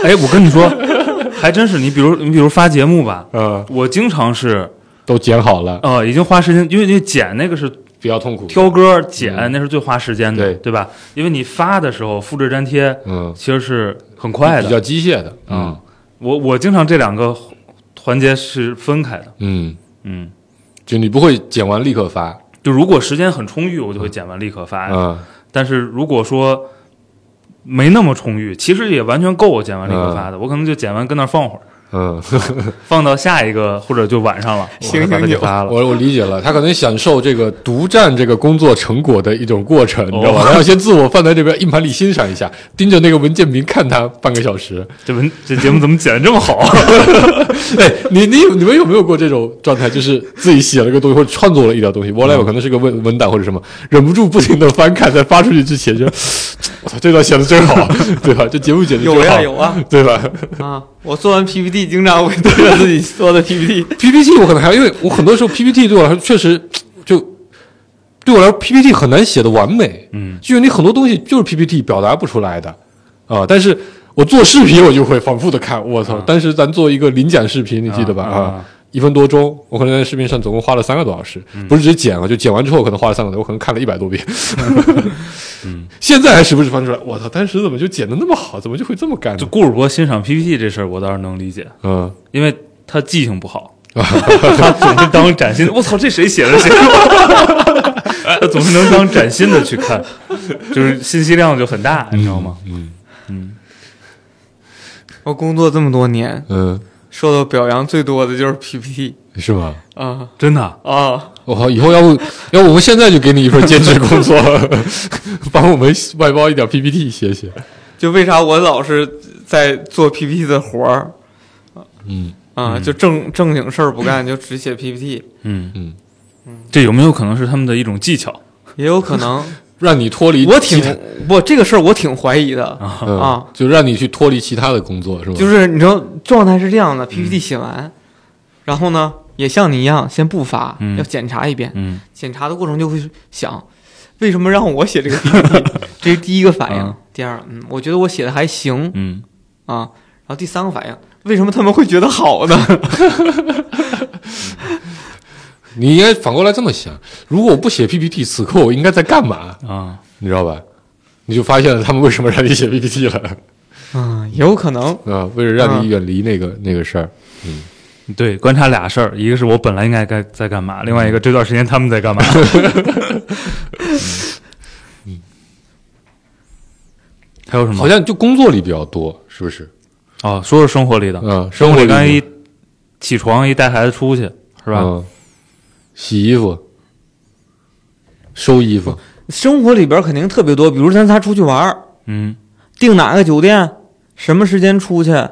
哎，我跟你说，还真是你，比如你比如发节目吧，
嗯，
我经常是
都剪好了，
呃，已经花时间，因为因为剪那个是
比较痛苦。
挑歌剪，那是最花时间的，
对
吧？因为你发的时候复制粘贴，
嗯，
其实是很快
比较
的。
机械的。
嗯我我经常这两个环节是分开的，
嗯，
嗯，
就你不会剪完立刻发。
就如果时间很充裕，我就会剪完立刻发，
嗯
但是如果说没那么充裕，其实也完全够我剪完立刻发的，我可能就剪完跟那儿放会儿，
嗯，
放到下一个或者就晚上了，
醒
我就把它
醒
给
酒
发了。
我我理解了，他可能享受这个独占这个工作成果的一种过程，你知道吧？
哦
他要先自我放在这边硬盘里欣赏一下，盯着那个文件名看他半个小时。
这文这节目怎么剪得这么好？
哎，你你你们有没有过这种状态？就是自己写了个东西或者创作了一条东西，whatever，可能是
嗯
个文文档或者什么，忍不住不停的翻看，在发出去之前就， 我操，这段写的真好，啊 对吧？这节目写的真好，
有呀有 啊，
对吧
啊！我做完 PPT 经常会对着自己做的 PPT，
？PPT 我可能还因为我很多时候 PPT 对我来说确实就对我来说 PPT 很难写的完美，
嗯，
就你很多东西就是 PPT 表达不出来的啊、但是我做视频我就会反复的看，我操！当时咱做一个领奖视频，你记得吧？
啊
啊。
啊
一分多钟，我可能在视频上总共花了三个多小时，
嗯
不是只剪啊，就剪完之后可能花了三个多，我可能看了一百多 遍。
嗯
现在还时不时翻出来，我操，当时怎么就剪的那么好，怎么就会这么干
就
呢？
顾主播欣赏 PPT 这事儿，我倒是能理解，
嗯，
因为他记性不好， 他 总是当崭新。我操，这谁写的谁？他总是能当崭新的去 看，就是信息量就很大，你知道吗？
嗯
我工作这么多年，
嗯，
受到表扬最多的就是 PPT
是吗？
啊
嗯真的，
啊！
我靠，以后要不 要不我们现在就给你一份兼职工作， 帮我们外包一点 PPT 写写。
就为啥我老是在做 PPT 的活儿
嗯
啊？就正正经事儿不干，就只写 PPT，
嗯
嗯，
这有没有可能是他们的一种技巧？
也有可能
让你脱离
我
其
挺
他
我这个事儿我挺怀疑的，
嗯
啊
就让你去脱离其他的工作是吧？
就是你知道状态是这样的，PPT 写完，然后呢也像你一样先不发
嗯，
要检查一遍，
嗯，
检查的过程就会想，为什么让我写这个 PPT？这是第一个反应
嗯。
第二，嗯，我觉得我写的还行
嗯，
啊。然后第三个反应，为什么他们会觉得好呢？
你应该反过来这么想：如果我不写 PPT，此刻我应该在干嘛？
啊，
你知道吧？你就发现了他们为什么让你写 PPT 了
嗯，也有可能。
啊？为了让你远离那个、那个事儿。
对，观察俩事儿，一个是我本来应该该在干嘛，另外一个这段时间他们在干嘛。嗯，还有什么
好？像就工作里比较多，是不是？
哦，说说生活里的，
嗯，
生
生
活
活
里
里
刚一起床一带孩子出去是
是
吧？
嗯，洗衣服、收衣服，
生活里边肯定特别多，比如咱仨出去玩儿，
嗯
订哪个酒店，什么时间出去，
哎，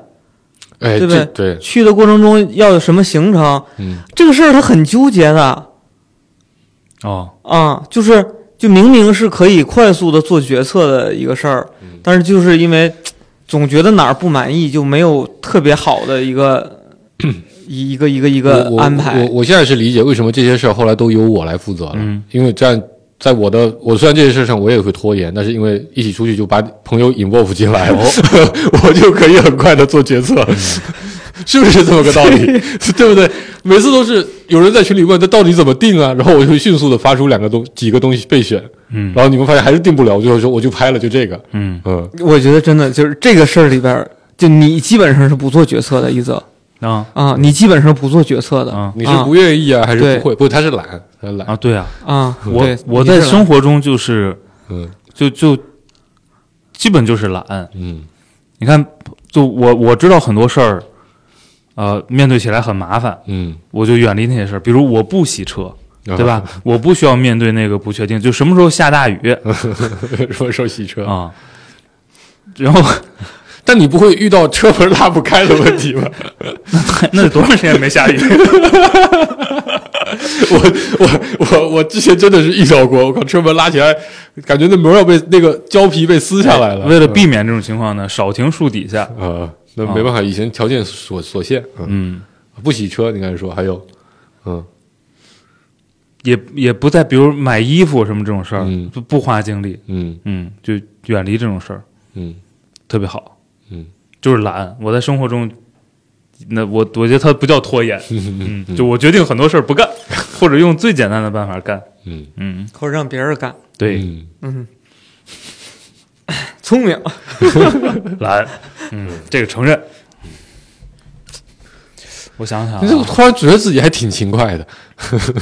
对不
这
对
对，
去的过程中要有什么行程，
嗯，
这个事儿他很纠结的。
哦，
啊，就是就明明是可以快速的做决策的一个事儿，但是就是因为总觉得哪儿不满意，就没有特别好的一个一一个一个一个
我我
安
我
排。
我现在是理解为什么这些事儿后来都由我来负责了，
嗯
因为这样。在我的，我虽然这些事上我也会拖延，但是因为一起出去就把朋友 involve 进来，
哦
我就可以很快的做决策，
嗯
是不是这么个道理？ 对不对？每次都是有人在群里问这到底怎么定啊，然后我就迅速的发出两个东几个东西备选，
嗯
然后你们发现还是定不了，我最后说我就拍了，就这个，
嗯，
嗯，
我觉得真的就是这个事儿里边儿，就你基本上是不做决策的，一泽
啊
啊，你基本上不做决策的
啊
你是不愿意啊，还是
对
不会？不，他是懒，他懒，
啊，对啊，
啊，
我
对
我
你
在
是
生活中就是
嗯
就就基本就是懒，
嗯
你看，就我我知道很多事儿，呃，面对起来很麻烦，
嗯，？
我就远离那些事儿，比如我不洗车。对吧？我不需要面对那个不确定，就什么时候下 大雨
说说洗车，
啊。然后
但你不会遇到车门拉不开的问题 吧？
那多长时间没 下雨？
我我我我之前真的是遇到过，我靠，车门拉起来，感觉那门要被那个胶皮被撕下来了。
为了避免这种情况呢，少停树底下。
啊，那没办法，以前条件所所限，嗯，
嗯，
不洗车，你刚才说还有，嗯
也也不再比如买衣服什么这种事儿，
嗯
不不花精力，
嗯
嗯，就远离这种事儿，
嗯
特别好。
嗯，
就是懒，我在生活中，那我我觉得它不叫 拖延，嗯，就我决定很多事儿不干，或者用最简单的办法干。
嗯，
嗯，
或者让别人干，
对，
嗯
嗯，聪明。
懒，嗯，这个承认。我想想
你怎么
啊
突然觉得自己还挺勤快的？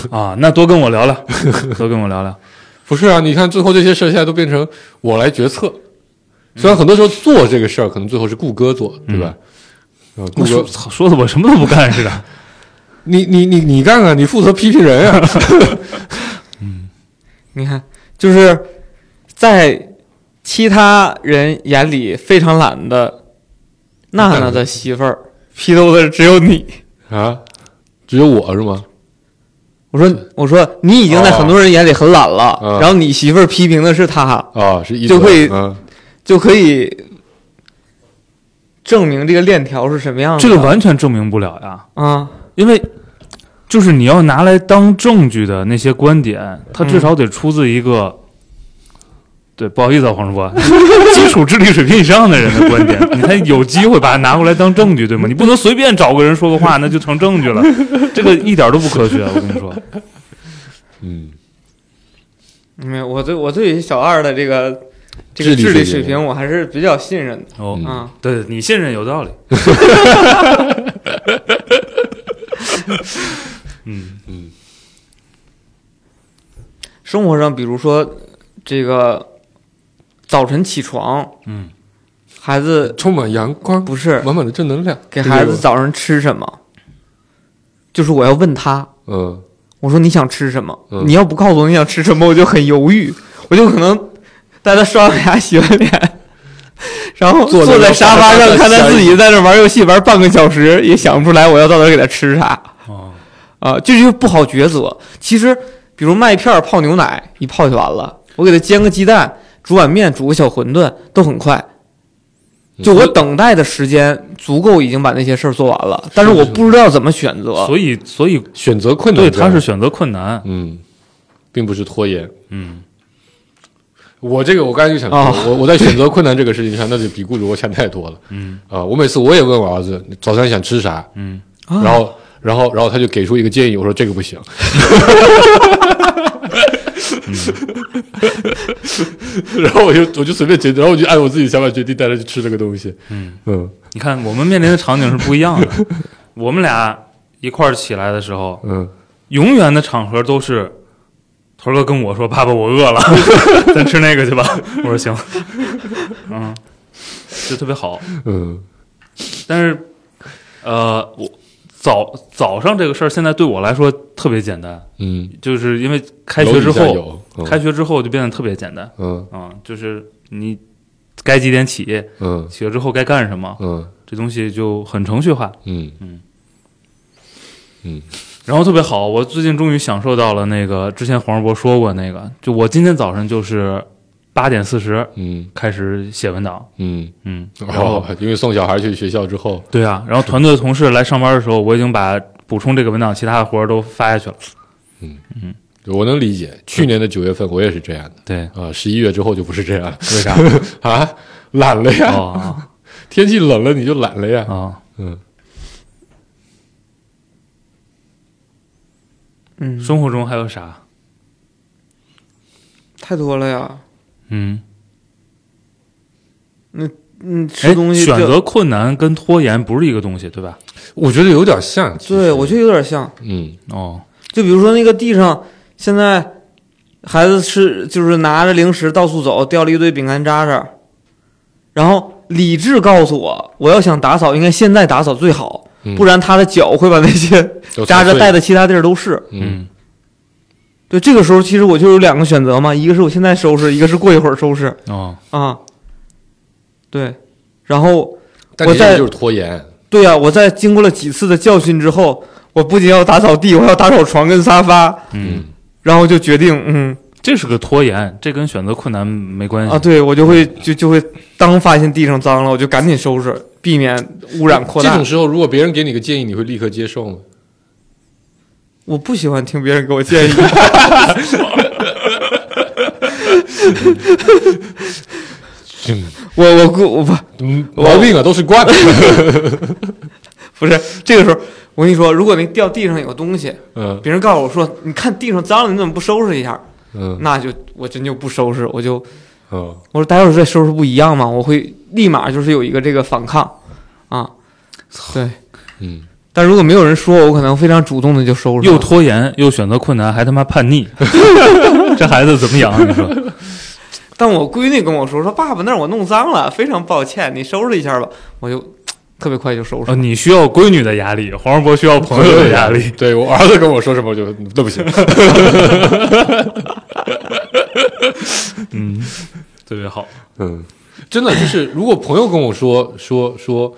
啊，那多跟我聊聊， 多跟我聊聊。
不是啊，你看最后这些事儿现在都变成
嗯
我来决策，虽然很多时候做这个事儿可能最后是顾哥做，对吧？啊，
那
谷
说
歌，
操说嗯的我什么都不干似的。
你你你你看看，你负责批评人啊，
你看，就是在其他人眼里非常懒的娜娜的媳妇儿批斗的只有你。
啊，只有我是吗？
我说，我说你已经在很多人眼里很懒了，
哦嗯
然后你媳妇儿批评的是他，
啊，是一
就
则
会
嗯
就可以证明这个链条是什么样的。
这个完全证明不了呀，
啊，
因为就是你要拿来当证据的那些观点，它至少得出自一个。对，不好意思啊，黄主播， 基础智力水平以上的人的观 点，你才有机会把它拿过来当证据，对吗？你不能随便找个人说个话，那就成证据了，这个一点都不科学，我跟你说。
嗯，
没有，我对我对小二的这个这个
智力
智力
水
水
平
平，我还是比较信任的。
哦，
嗯
啊，
对你信任有道理。嗯，
生活上，比如说这个早晨起床，
嗯，
孩子
充满阳光，
不是
满满的正能量，
给孩子
这个，
早上吃什么，就是我要问他，
嗯
我说你想吃什么？
嗯
你要不告诉我你想吃什么，我就很犹豫，我就可能带他刷完牙、洗完脸， 然后
坐在
坐在
那
沙发上
沙发上
看他
想
自己在那玩游戏玩半个小时，也想不出来我要到底给他吃啥
哦，
啊，这就不好抉择。其实，比如麦片儿泡牛奶一泡就完了，我给他煎个鸡蛋，煮碗面，煮个小馄饨都很快。就我等待的时间足够，已经把那些事儿做完了，但是我不知道怎么选择。
所以所以
选择困难
对
症，
他是选择困难，
嗯，并不是拖延。
嗯，
我这个我刚才就想说，
哦
我我在选择困难这个事情上，那就比顾主播强太多了。
嗯
啊、我每次我也问我儿子你早餐想吃啥，
嗯，
然后然后然后他就给出一个建议，我说这个不 行。嗯然后我就我就随便决定，然后我就按我自己想法决定带他去吃这个东西。
嗯
嗯
你看我们面临的场景是不一样的。 我们俩一块儿起来的时候，
嗯，
永远的场合都是头儿哥跟我说：“爸爸，我 饿了，咱吃那个去吧。”我说：“行。”嗯，就特别好。
嗯，
但是，呃，我早早上这个事儿现在对我来说特别简单，
嗯，
就是因为开学之
楼底下
后，
有，嗯、
开学之后就变得特别简单。
嗯
嗯，就是你该几点起，
嗯
起了之后该干什么，
嗯
这东西就很程序化。
嗯
然后特别好，我最近终于享受到了那个之前黄世博说过那个，就我今天早上就是八点四十
嗯
开始写文档，
嗯，
嗯，
哦
然
然
后、
后因为送小孩去学校之后，
对啊，然后团队的同事来上班的时候，我已经把补充这个文档其他的活儿都发下去了。
我能理解。去年的九月份我也是这样的
对，
啊，十一月之后就不是这样了
为 啥？
啊，懒了呀，
哦
天气冷了你就懒了呀，
哦，
嗯
嗯，
生活中还有啥？
太多了呀。
嗯，
嗯，
哎
吃东西
选
就
择困难跟拖延不是一个东西，对吧？
我觉得有点像。其实
对我觉得有点像。
嗯
哦，
就比如说那个地上，现在孩子吃就是拿着零食到处走，掉了一堆饼干渣渣，然后理智告诉我，我要想打扫，应该现在打扫最好，
嗯
不然他的脚会把那些
都
渣渣
踩碎
带到其他地儿都是。
嗯，
对，这个时候其实我就有两个选择嘛，一个是我现在收拾，一个是过一会儿收拾
嗯哦，
啊。对，然后
但你
我在
这个就是拖延，
对呀、我在经过了几次的教训之后，我不仅要打扫地，我还要打扫床跟沙发。
嗯，
然后就决定，嗯
这是个拖延，这跟选择困难没
嗯
关系
啊，对我就会就就会当发现地上脏了，我就赶紧收拾，避免污染扩
这
大
种。时候，如果别人给你个建议，你会立刻接受吗？
我不喜欢听别人给我建议， 我我我嗯我不
嗯，毛病啊，都是惯的。
不是这个时候，我跟你说，如果那掉地上有个东西，
嗯
别人告诉我说，你看地上脏了，你怎么不收拾一下？
嗯
那就我真就不收拾，我就
嗯，
我说待会儿再收拾不一样吗？我会立马就是有一个这个反抗，啊，对。
嗯，
但如果没有人说，我可能非常主动的就收拾了。
又拖延又选择困难，还他妈叛逆， 这孩子怎么养啊？你 说，
但我闺女跟我说说，爸爸那儿我弄脏了，非常抱歉，你收拾一下吧。我就特别快就收拾。
呃，你需要闺女的压力，黄世博需要朋友的压力。
对我儿子跟我说什么，我就那不行。
嗯，特别好。
嗯，真的就是，如果朋友跟我说说说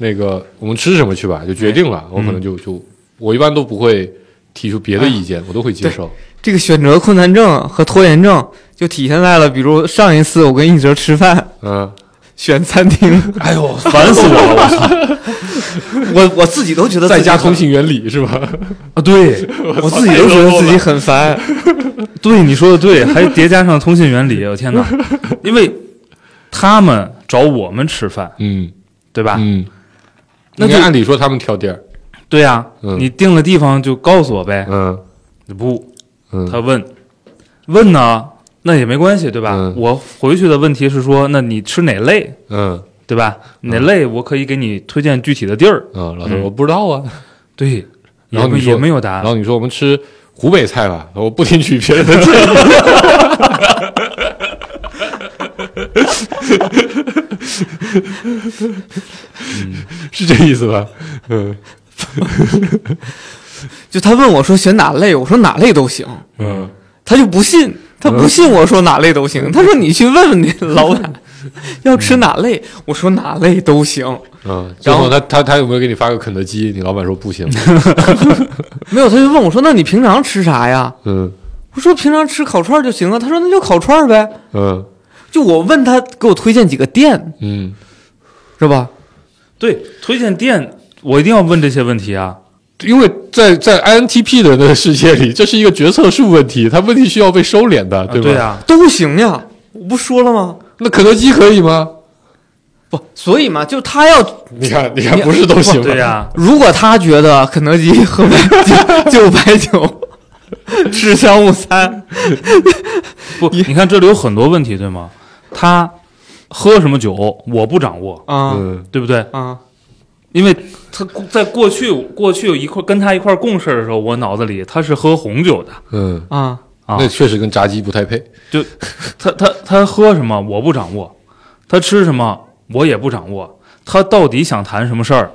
那个我们吃什么去吧，就决定了，我可能
嗯
就就我一般都不会提出别的意见，我都会接受。
这个选择困难症和拖延症就体现在了，比如上一次我跟一哲吃饭
嗯，
选餐厅，
哎呦，
烦死我了！我操
我我自己都觉得自己
在家
很
通信原理是 吧？
啊，对
我自己都觉得自己很烦。
对，你说的对，还叠加上通信原理，我天哪！因为他们找我们吃饭，
嗯
对吧？
嗯，
啊那
应该
就
按理说他们挑地儿，
对呀、
嗯
你定了地方就告诉我呗。
嗯
不，
嗯
哎他问，问呢，那也没关系，对吧？
嗯
我回去的问题是说，那你吃哪类，
嗯
对吧？哪类我可以给你推荐具体的地儿。
嗯，老头
嗯
我不知道啊，
对，
然后
也
你
没
说
也没有答
然
案。
后你说我们吃湖北菜吧，我不听取别人的建议。 是这意思吧？嗯
就他问我说选哪类，我说哪类都行，
嗯，
他就不信，他不信我说哪类都行，他说你去问问你老板要吃哪类，我说哪类都行。
嗯，然
然
后
后
他他他有没有给你发个肯德基？你老板说不行。
没有，他就问我说那你平常吃啥呀？
嗯
我说平常吃烤串儿就行啊。他说那就烤串儿呗。
嗯
就我问他给我推荐几个店
嗯
是吧？
对，推荐店，我一定要问这些问题啊。
因为在在 INTP 的那个世界里，这是一个决策树问题，它问题需要被收敛的，
啊
吧？
对啊，
都行呀，我不说了吗？
那肯德基可以吗？
不，所以嘛，就他要
你看，你看，不是都行吗？
对啊呀、
如果他觉得肯德基和麦当九百九吃商务餐，
不，你看这里有很多问题，对吗？他喝什么酒，我不掌握，
啊、
嗯
对不对？
啊，
因为他在过去过去一块跟他一块共事的时候，我脑子里他是喝红酒的，
嗯，
啊，
啊
那确实跟炸鸡不太配。
就他他他喝什么我不掌握，他吃什么我也不掌握，他到底想谈什么事儿，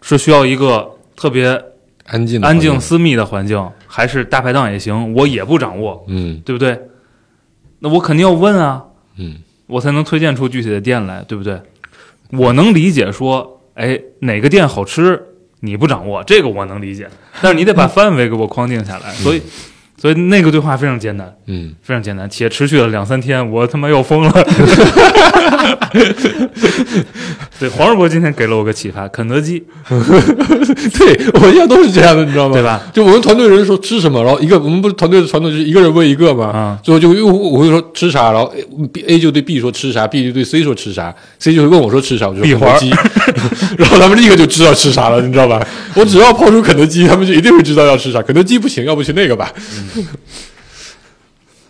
是需要一个特别
安静的
安
环境
静私密的环境，还是大排档也行，我也不掌握，
嗯
对不对？那我肯定要问啊，
嗯
我才能推荐出具体的店来，对不对？我能理解说，哎，哪个店好吃，你不掌握，这个我能理解，但是你得把范围给我框定下来。所以，所以那个对话非常艰难，
嗯，
非常艰难，且持续了两三天，我他妈要疯 了。对，黄世博今天给了我个启发，肯德基，
对，我现在都是这样的，你知道吗？
对吧？
就我们团队人说吃什么，然后一个我们不是团队的传统就是一个人问一个嘛，
啊
最后就又我会说吃啥，然后 A A 就对 B 说吃啥，B 就对 C 说吃啥，C 就会问我说吃啥，我就说
闭
肯德基， 然后他们立刻就知道吃啥了，你知道 吧？我只要抛出肯德基，他们就一定会知道要吃啥。肯德基不行，要不去那个吧？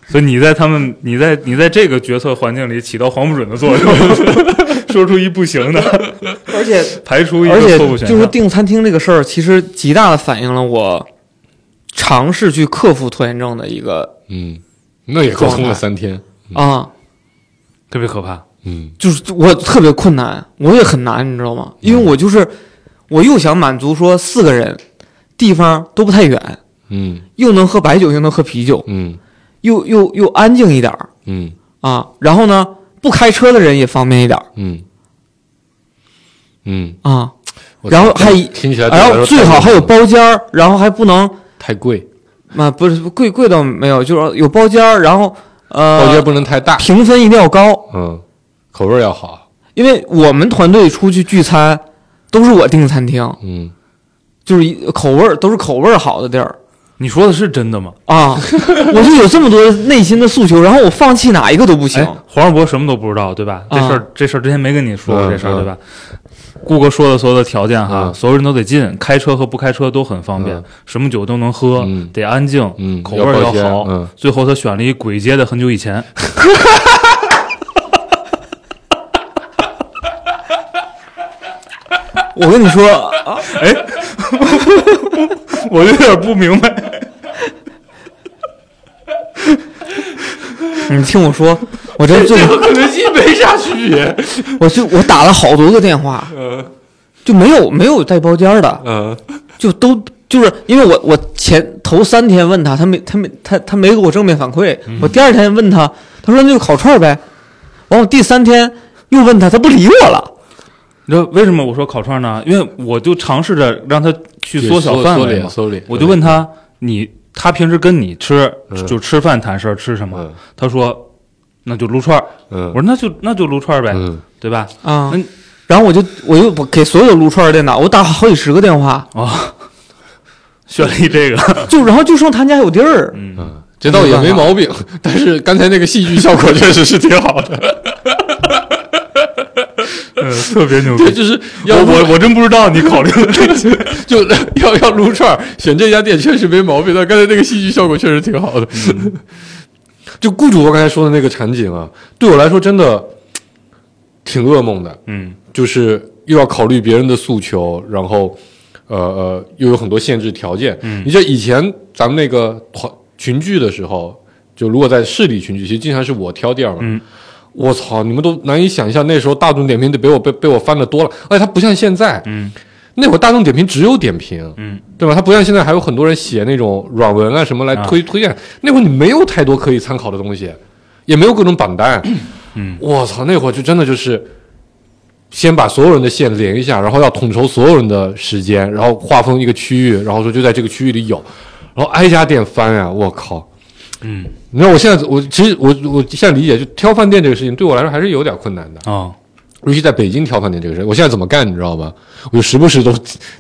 所以你在他们，你在你在这个决策环境里起到黄不准的作用， 说出一不行的，
而且
排除一
而
个
且
错误选项。
就是订餐厅这个事儿，其实极大的反映了我尝试去克服拖延症的一个
嗯，那也沟通了三天，
啊，
特别可怕。
嗯
就是我特别困难，我也很难，你知道吗？因为我就是我又想满足说四个人地方都不太远，
嗯
又能喝白酒，又能喝啤酒，
嗯
又又又安静一点儿
嗯
啊，然后呢，不开车的人也方便一点儿
嗯嗯，
啊，
我
然后还
听起来对我来
然
说
后
太
最好还有包间儿，然后还不能。
太贵，
啊，不是贵贵倒没有，就是说有包间儿，然后呃，
包间不能太大，
评分一定要高，
嗯，口味要好，
因为我们团队出去聚餐都是我订餐厅，
嗯，
就是一口味儿都是口味儿好的地儿
你说的是真的吗？
啊，我就有这么多内心的诉求，然后我放弃哪一个都不行
哎，
哦
黄世博什么都不知道，对吧？这
啊
事儿、这事儿之前没跟你说过
嗯
这事儿，
嗯
对吧？顾哥说的所有的条件哈，
嗯
所有人都得进，开车和不开车都很方便，
嗯
什么酒都能喝，
嗯
得安静，
嗯
口味儿
要
要
保鲜
好。
嗯
最后他选了一鬼街的，很久 以前。
我跟你说啊，
我有点不明白，
你听我说，我这最
哎这和肯德基没啥区别。
我就我打了好多个电话，就没有没有带包间儿的，
嗯
就都就是因为我我前头三天问他，他没他没他他没给我正面反馈，
嗯
我第二天问他，他说那就烤串儿呗，完我第三天又问他，他不理我了，
你知道为什么我说烤串呢？因为我就尝试着让他去缩小范围嘛，
缩敛，
我就问他，你他平时跟你吃
嗯
就吃饭谈事儿吃什么？
嗯
他说那就撸串儿。
嗯
我说那就那就撸串儿呗，
嗯
对吧？
啊
嗯，
然后我就我又我给所有撸串儿的电脑，我打好几十个电话，
哦， 选了一这个，
就然后就剩他家有地儿，
啊嗯，这倒也没毛病，但是刚才那个戏剧效果确实是挺好的，
嗯，特别牛
对，
逼。
就是要
我我我真不知道你考虑的这些，
就要要撸串儿，选这家店确实没毛病，但刚才那个戏剧效果确实挺好的。嗯就雇主我刚才说的那个场景啊，对我来说真的挺噩梦的，
嗯
就是又要考虑别人的诉求，然后呃呃又有很多限制条件。
嗯
你像以前咱们那个团群聚的时候，就如果在市里群聚，其实经常是我挑地儿嘛。
嗯
我操！你们都难以想象，那时候大众点评得比我被被我翻的多了，而且它不像现在，
嗯
那会儿大众点评只有点评，
嗯，
对吧？它不像现在还有很多人写那种软文啊什么来推、推荐，那会儿你没有太多可以参考的东西，也没有各种榜单。
嗯，
我操，那会儿就真的就是先把所有人的线连一下，然后要统筹所有人的时间，然后划分一个区域，然后说就在这个区域里有，然后挨家店翻呀、我靠！
嗯
你知道我现在我其实我我现在理解，就挑饭店这个事情对我来说还是有点困难的。
哦，
尤其在北京挑饭店这个事儿，我现在怎么干你知道吗？我就时不时都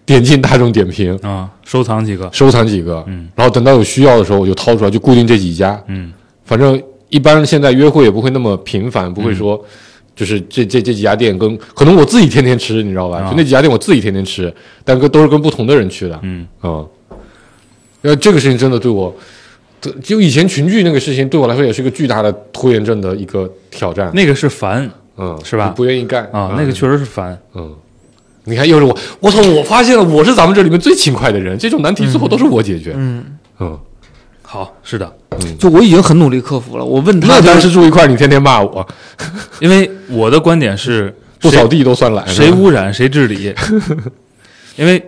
点进大众点评，
啊，收藏几个，
收藏几个，
嗯，
然后等到有需要的时候我就掏出来，就固定这几家。
嗯
反正一般现在约会也不会那么频繁，不会说
嗯
就是这这这几家店跟可能我自己天天吃，你知道吧？
啊
就那几家店我自己天天吃，但跟都是跟不同的人去的，
嗯
嗯。然后这个事情真的对我，对就以前群聚那个事情对我来说也是个巨大的拖延症的一个挑战，
那个是烦
嗯，
是吧
就不愿意干
啊，那个确实是烦。
嗯，你看，又是我，我操！我发现了，我是咱们这里面最勤快的人，这种难题最后都是我解决。
嗯，
嗯，
好，是的，
就我已经很努力克服了，我问他
那
就
当
是
时住一块儿，你天天骂我，
因为我的观点是，
不扫地都算懒。
谁污染谁治 理。因为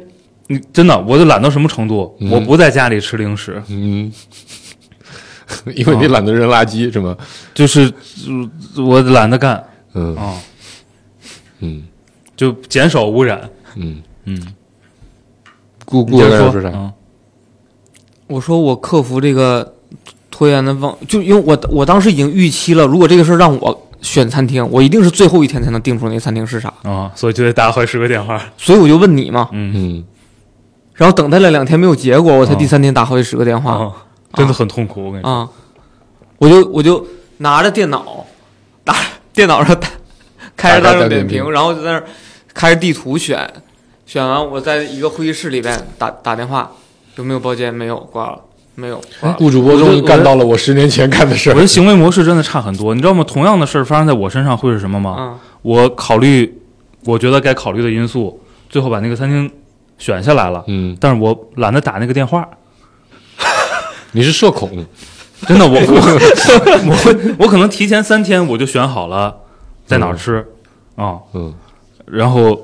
你真的，我就懒到什么程度？
嗯
我不在家里吃零食，
嗯，因为你懒得扔垃圾是吗？
就是呃我懒得干
嗯
啊，
嗯
就减少污染。
嗯，
嗯，
顾
你
顾
接
我
着
刚才
说
说啥？
嗯
我说我克服这个拖延的方，就因为我我当时已经预期了，如果这个事儿让我选餐厅，我一定是最后一天才能定出那个餐厅是啥，
啊，所以就得打好十个电话。
所以我就问你嘛，
嗯，
嗯，
然后等待了两天没有结果，我
啊
才
哦
第三天打好几十个电话
啊，真的很痛苦，我跟你说。
啊，我就我就拿着电脑，打 电脑上打开着
打开
大众
大众
点
点
评，
评
然后就在那儿开着地图选，选完我在一个会议室里边打打电话，有没有包间？没有，挂了，没有挂了。
顾主播终于干到了我十年前干的事
我
儿
的。行为模式真的差很多，你知道吗？同样的事儿发生在我身上会是什么吗？
啊，
我考虑，我觉得该考虑的因素，最后把那个餐厅选下来了，
嗯，
但是我懒得打那个电话。
你是社恐，
真的，我 我我会，我可能提前三天我就选好了在哪儿吃啊、
嗯
然后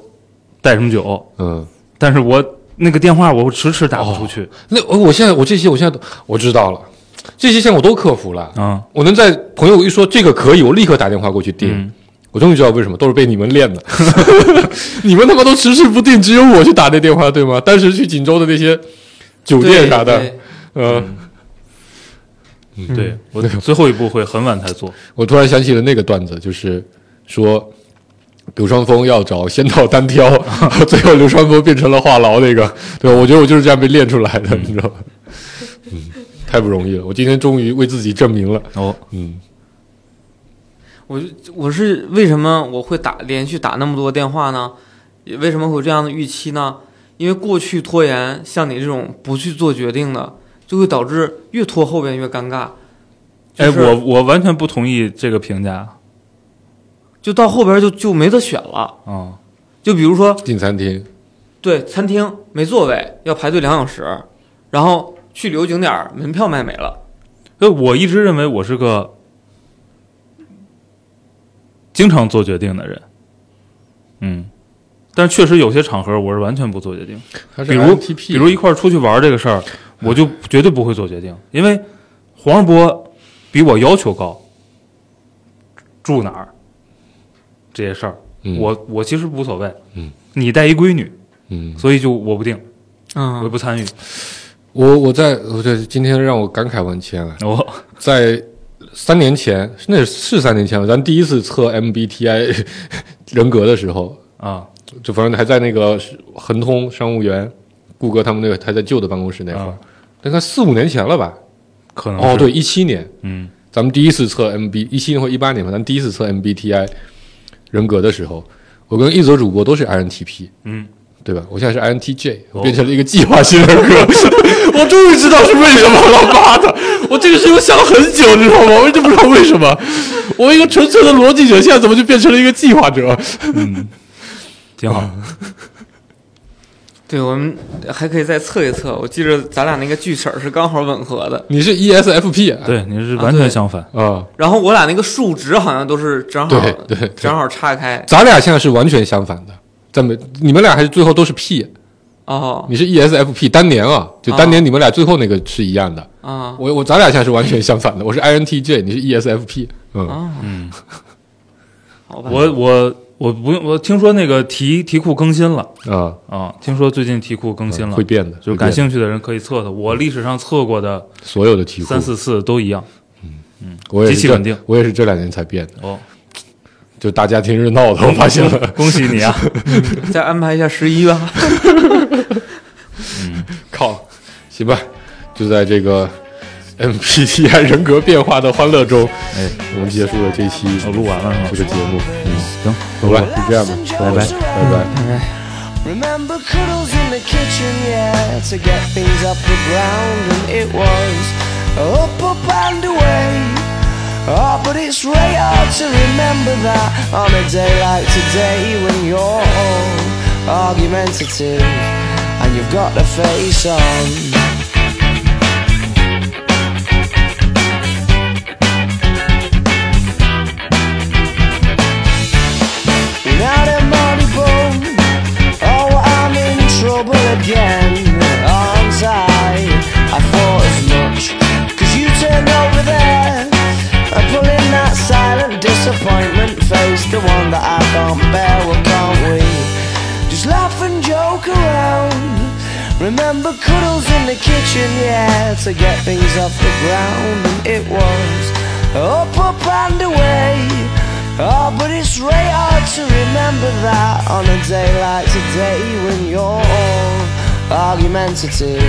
带什么酒，
嗯。
但是我那个电话我迟迟打不出去
那哦我我现在我这些我现在都我知道了，这些现在我都克服了。
啊、
我能在朋友一说这个可以，我立刻打电话过去订。
嗯
我终于知道为什么，都是被你们练的。 你们他妈都迟迟不定，只有我去打那电话，对吗？当时去锦州的那些酒店啥的，
对嗯
呃，嗯
对我最后一步会很晚才 做，
我突然想起了那个段子，就是说柳传峰要找仙道单挑， 最后柳传峰变成了话痨那个，对吧？我觉得我就是这样被练出来的，你知道吗？嗯，太不容易了，我今天终于为自己证明了。
哦，
嗯
我就我是为什么我会打连续打那么多电话呢？也为什么会有这样的预期呢？因为过去拖延，像你这种不去做决定的，就会导致越拖后边越尴尬。就
哎，
是
我我完全不同意这个评价啊、
就到后边就就没得选了。
啊
就比如说，
进餐厅，
对餐厅没座位，要排队两小时，然后去旅游景点儿门票卖没了。
所以我一直认为我是个经常做决定的人，嗯，但是确实有些场合我是完全不做决定，
它是
比如
MTP
比如一块儿出去玩这个事儿，我就绝对不会做决定，因为黄世波比我要求高，住哪儿这些事儿，
嗯
我我其实无所谓。
嗯，
你带一闺女，
嗯，
所以就我不定，我也
嗯，
不参与。
我我在我这今天让我感慨万千了，
我
在三年前，那是三年前吧，咱第一次测 MBTI 人格的时候，
啊
就反正还在那个恒通商务园，谷歌他们那个还在旧的办公室那会儿
啊，，
大概四五年前了吧？
可能
哦，
是
对，，一七年，
嗯
咱们第一次测 MB 一七年或一八年吧，咱们第一次测 MBTI 人格的时候，我跟一泽主播都是 INTP，
嗯，
对吧？我现在是 INTJ，我
哦
变成了一个计划型人 格，我终于知道是为什么了，妈的！我这个事情我想了很久，你知道吗？我就不知道为什么，我一个纯粹的逻辑者，现在怎么就变成了一个计划者？
挺 好。
对，我们还可以再测一测。我记着咱俩那个剧本是刚好吻合的，
你是 ESFP 啊？
对，你是
啊
完全
对
相反。
啊，
然后我俩那个数值好像都是正好
对对对
正好岔开
咱俩现在是完全相反的，咱们你们俩还是最后都是 P，
哦
你是 E ESFP 当年啊，就当年你们俩最后那个是一样的。
啊
我我咱俩现在是完全相反的，我是 INTJ，你是 ESFP，嗯，
啊
嗯，
好吧，
我我我不用，我听说那个题题库更新了
啊，
啊，听说最近题库更新了
嗯会，变的，
就
会
感
变的
兴趣的人可以测测。我历史上测过的
所有的题库，
三四次都 一样。
我也
极
是
其
这
稳定
我也是这两年才变的，
哦，
就大家庭热闹的，我发现 了，
恭喜你啊！
再安排一下十一吧。
靠，行吧，就在这个 MBTI 人格变化的欢乐中，
哎，
我们结束了这期
我录完了是吗
这个节目，嗯
行，
好吧，就这样吧，
拜拜
拜拜。
Remember cuddles in the kitchen, yeah, to get things up the ground, and it was up, up and away. Oh, but it's right hard to remember that on a day like today when you're all argumentative and you've got a face on. Without a money bone, oh, I'm in trouble again, aren't I? I thought as much, cause you turned over there, and pulling that silent disappointment face, the one that I can't bear, well, can't we? Just laugh and joke around. Remember cuddles in the kitchen, yeah, to get things off the ground, and it was up, up and away. Oh, but it's really hard to remember that on a day like today when you're all argumentative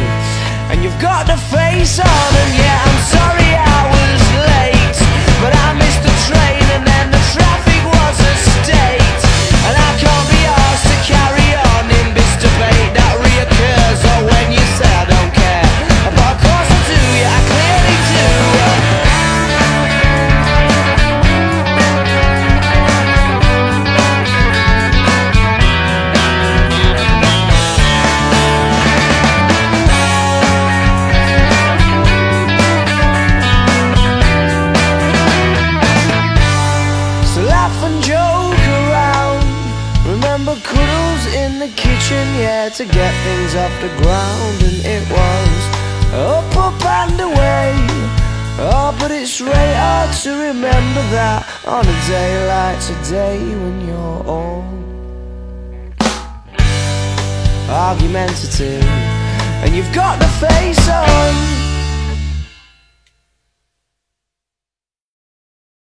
and you've got the face on. And yeah, I'm sorry I was late, but I missed the train and then the traffic was a state. And I can't be asked to carry on in this debate that reoccurs. Or when you say I don't care, but of course I do. Yeah, I clearly do. So laugh and joke around. Remember cuddles in the kitchen, yeah, to get things off the ground. And it was up, up and away. Oh, but it's really hard to remember that on a day like today when you're all argumentative and you've got the face on.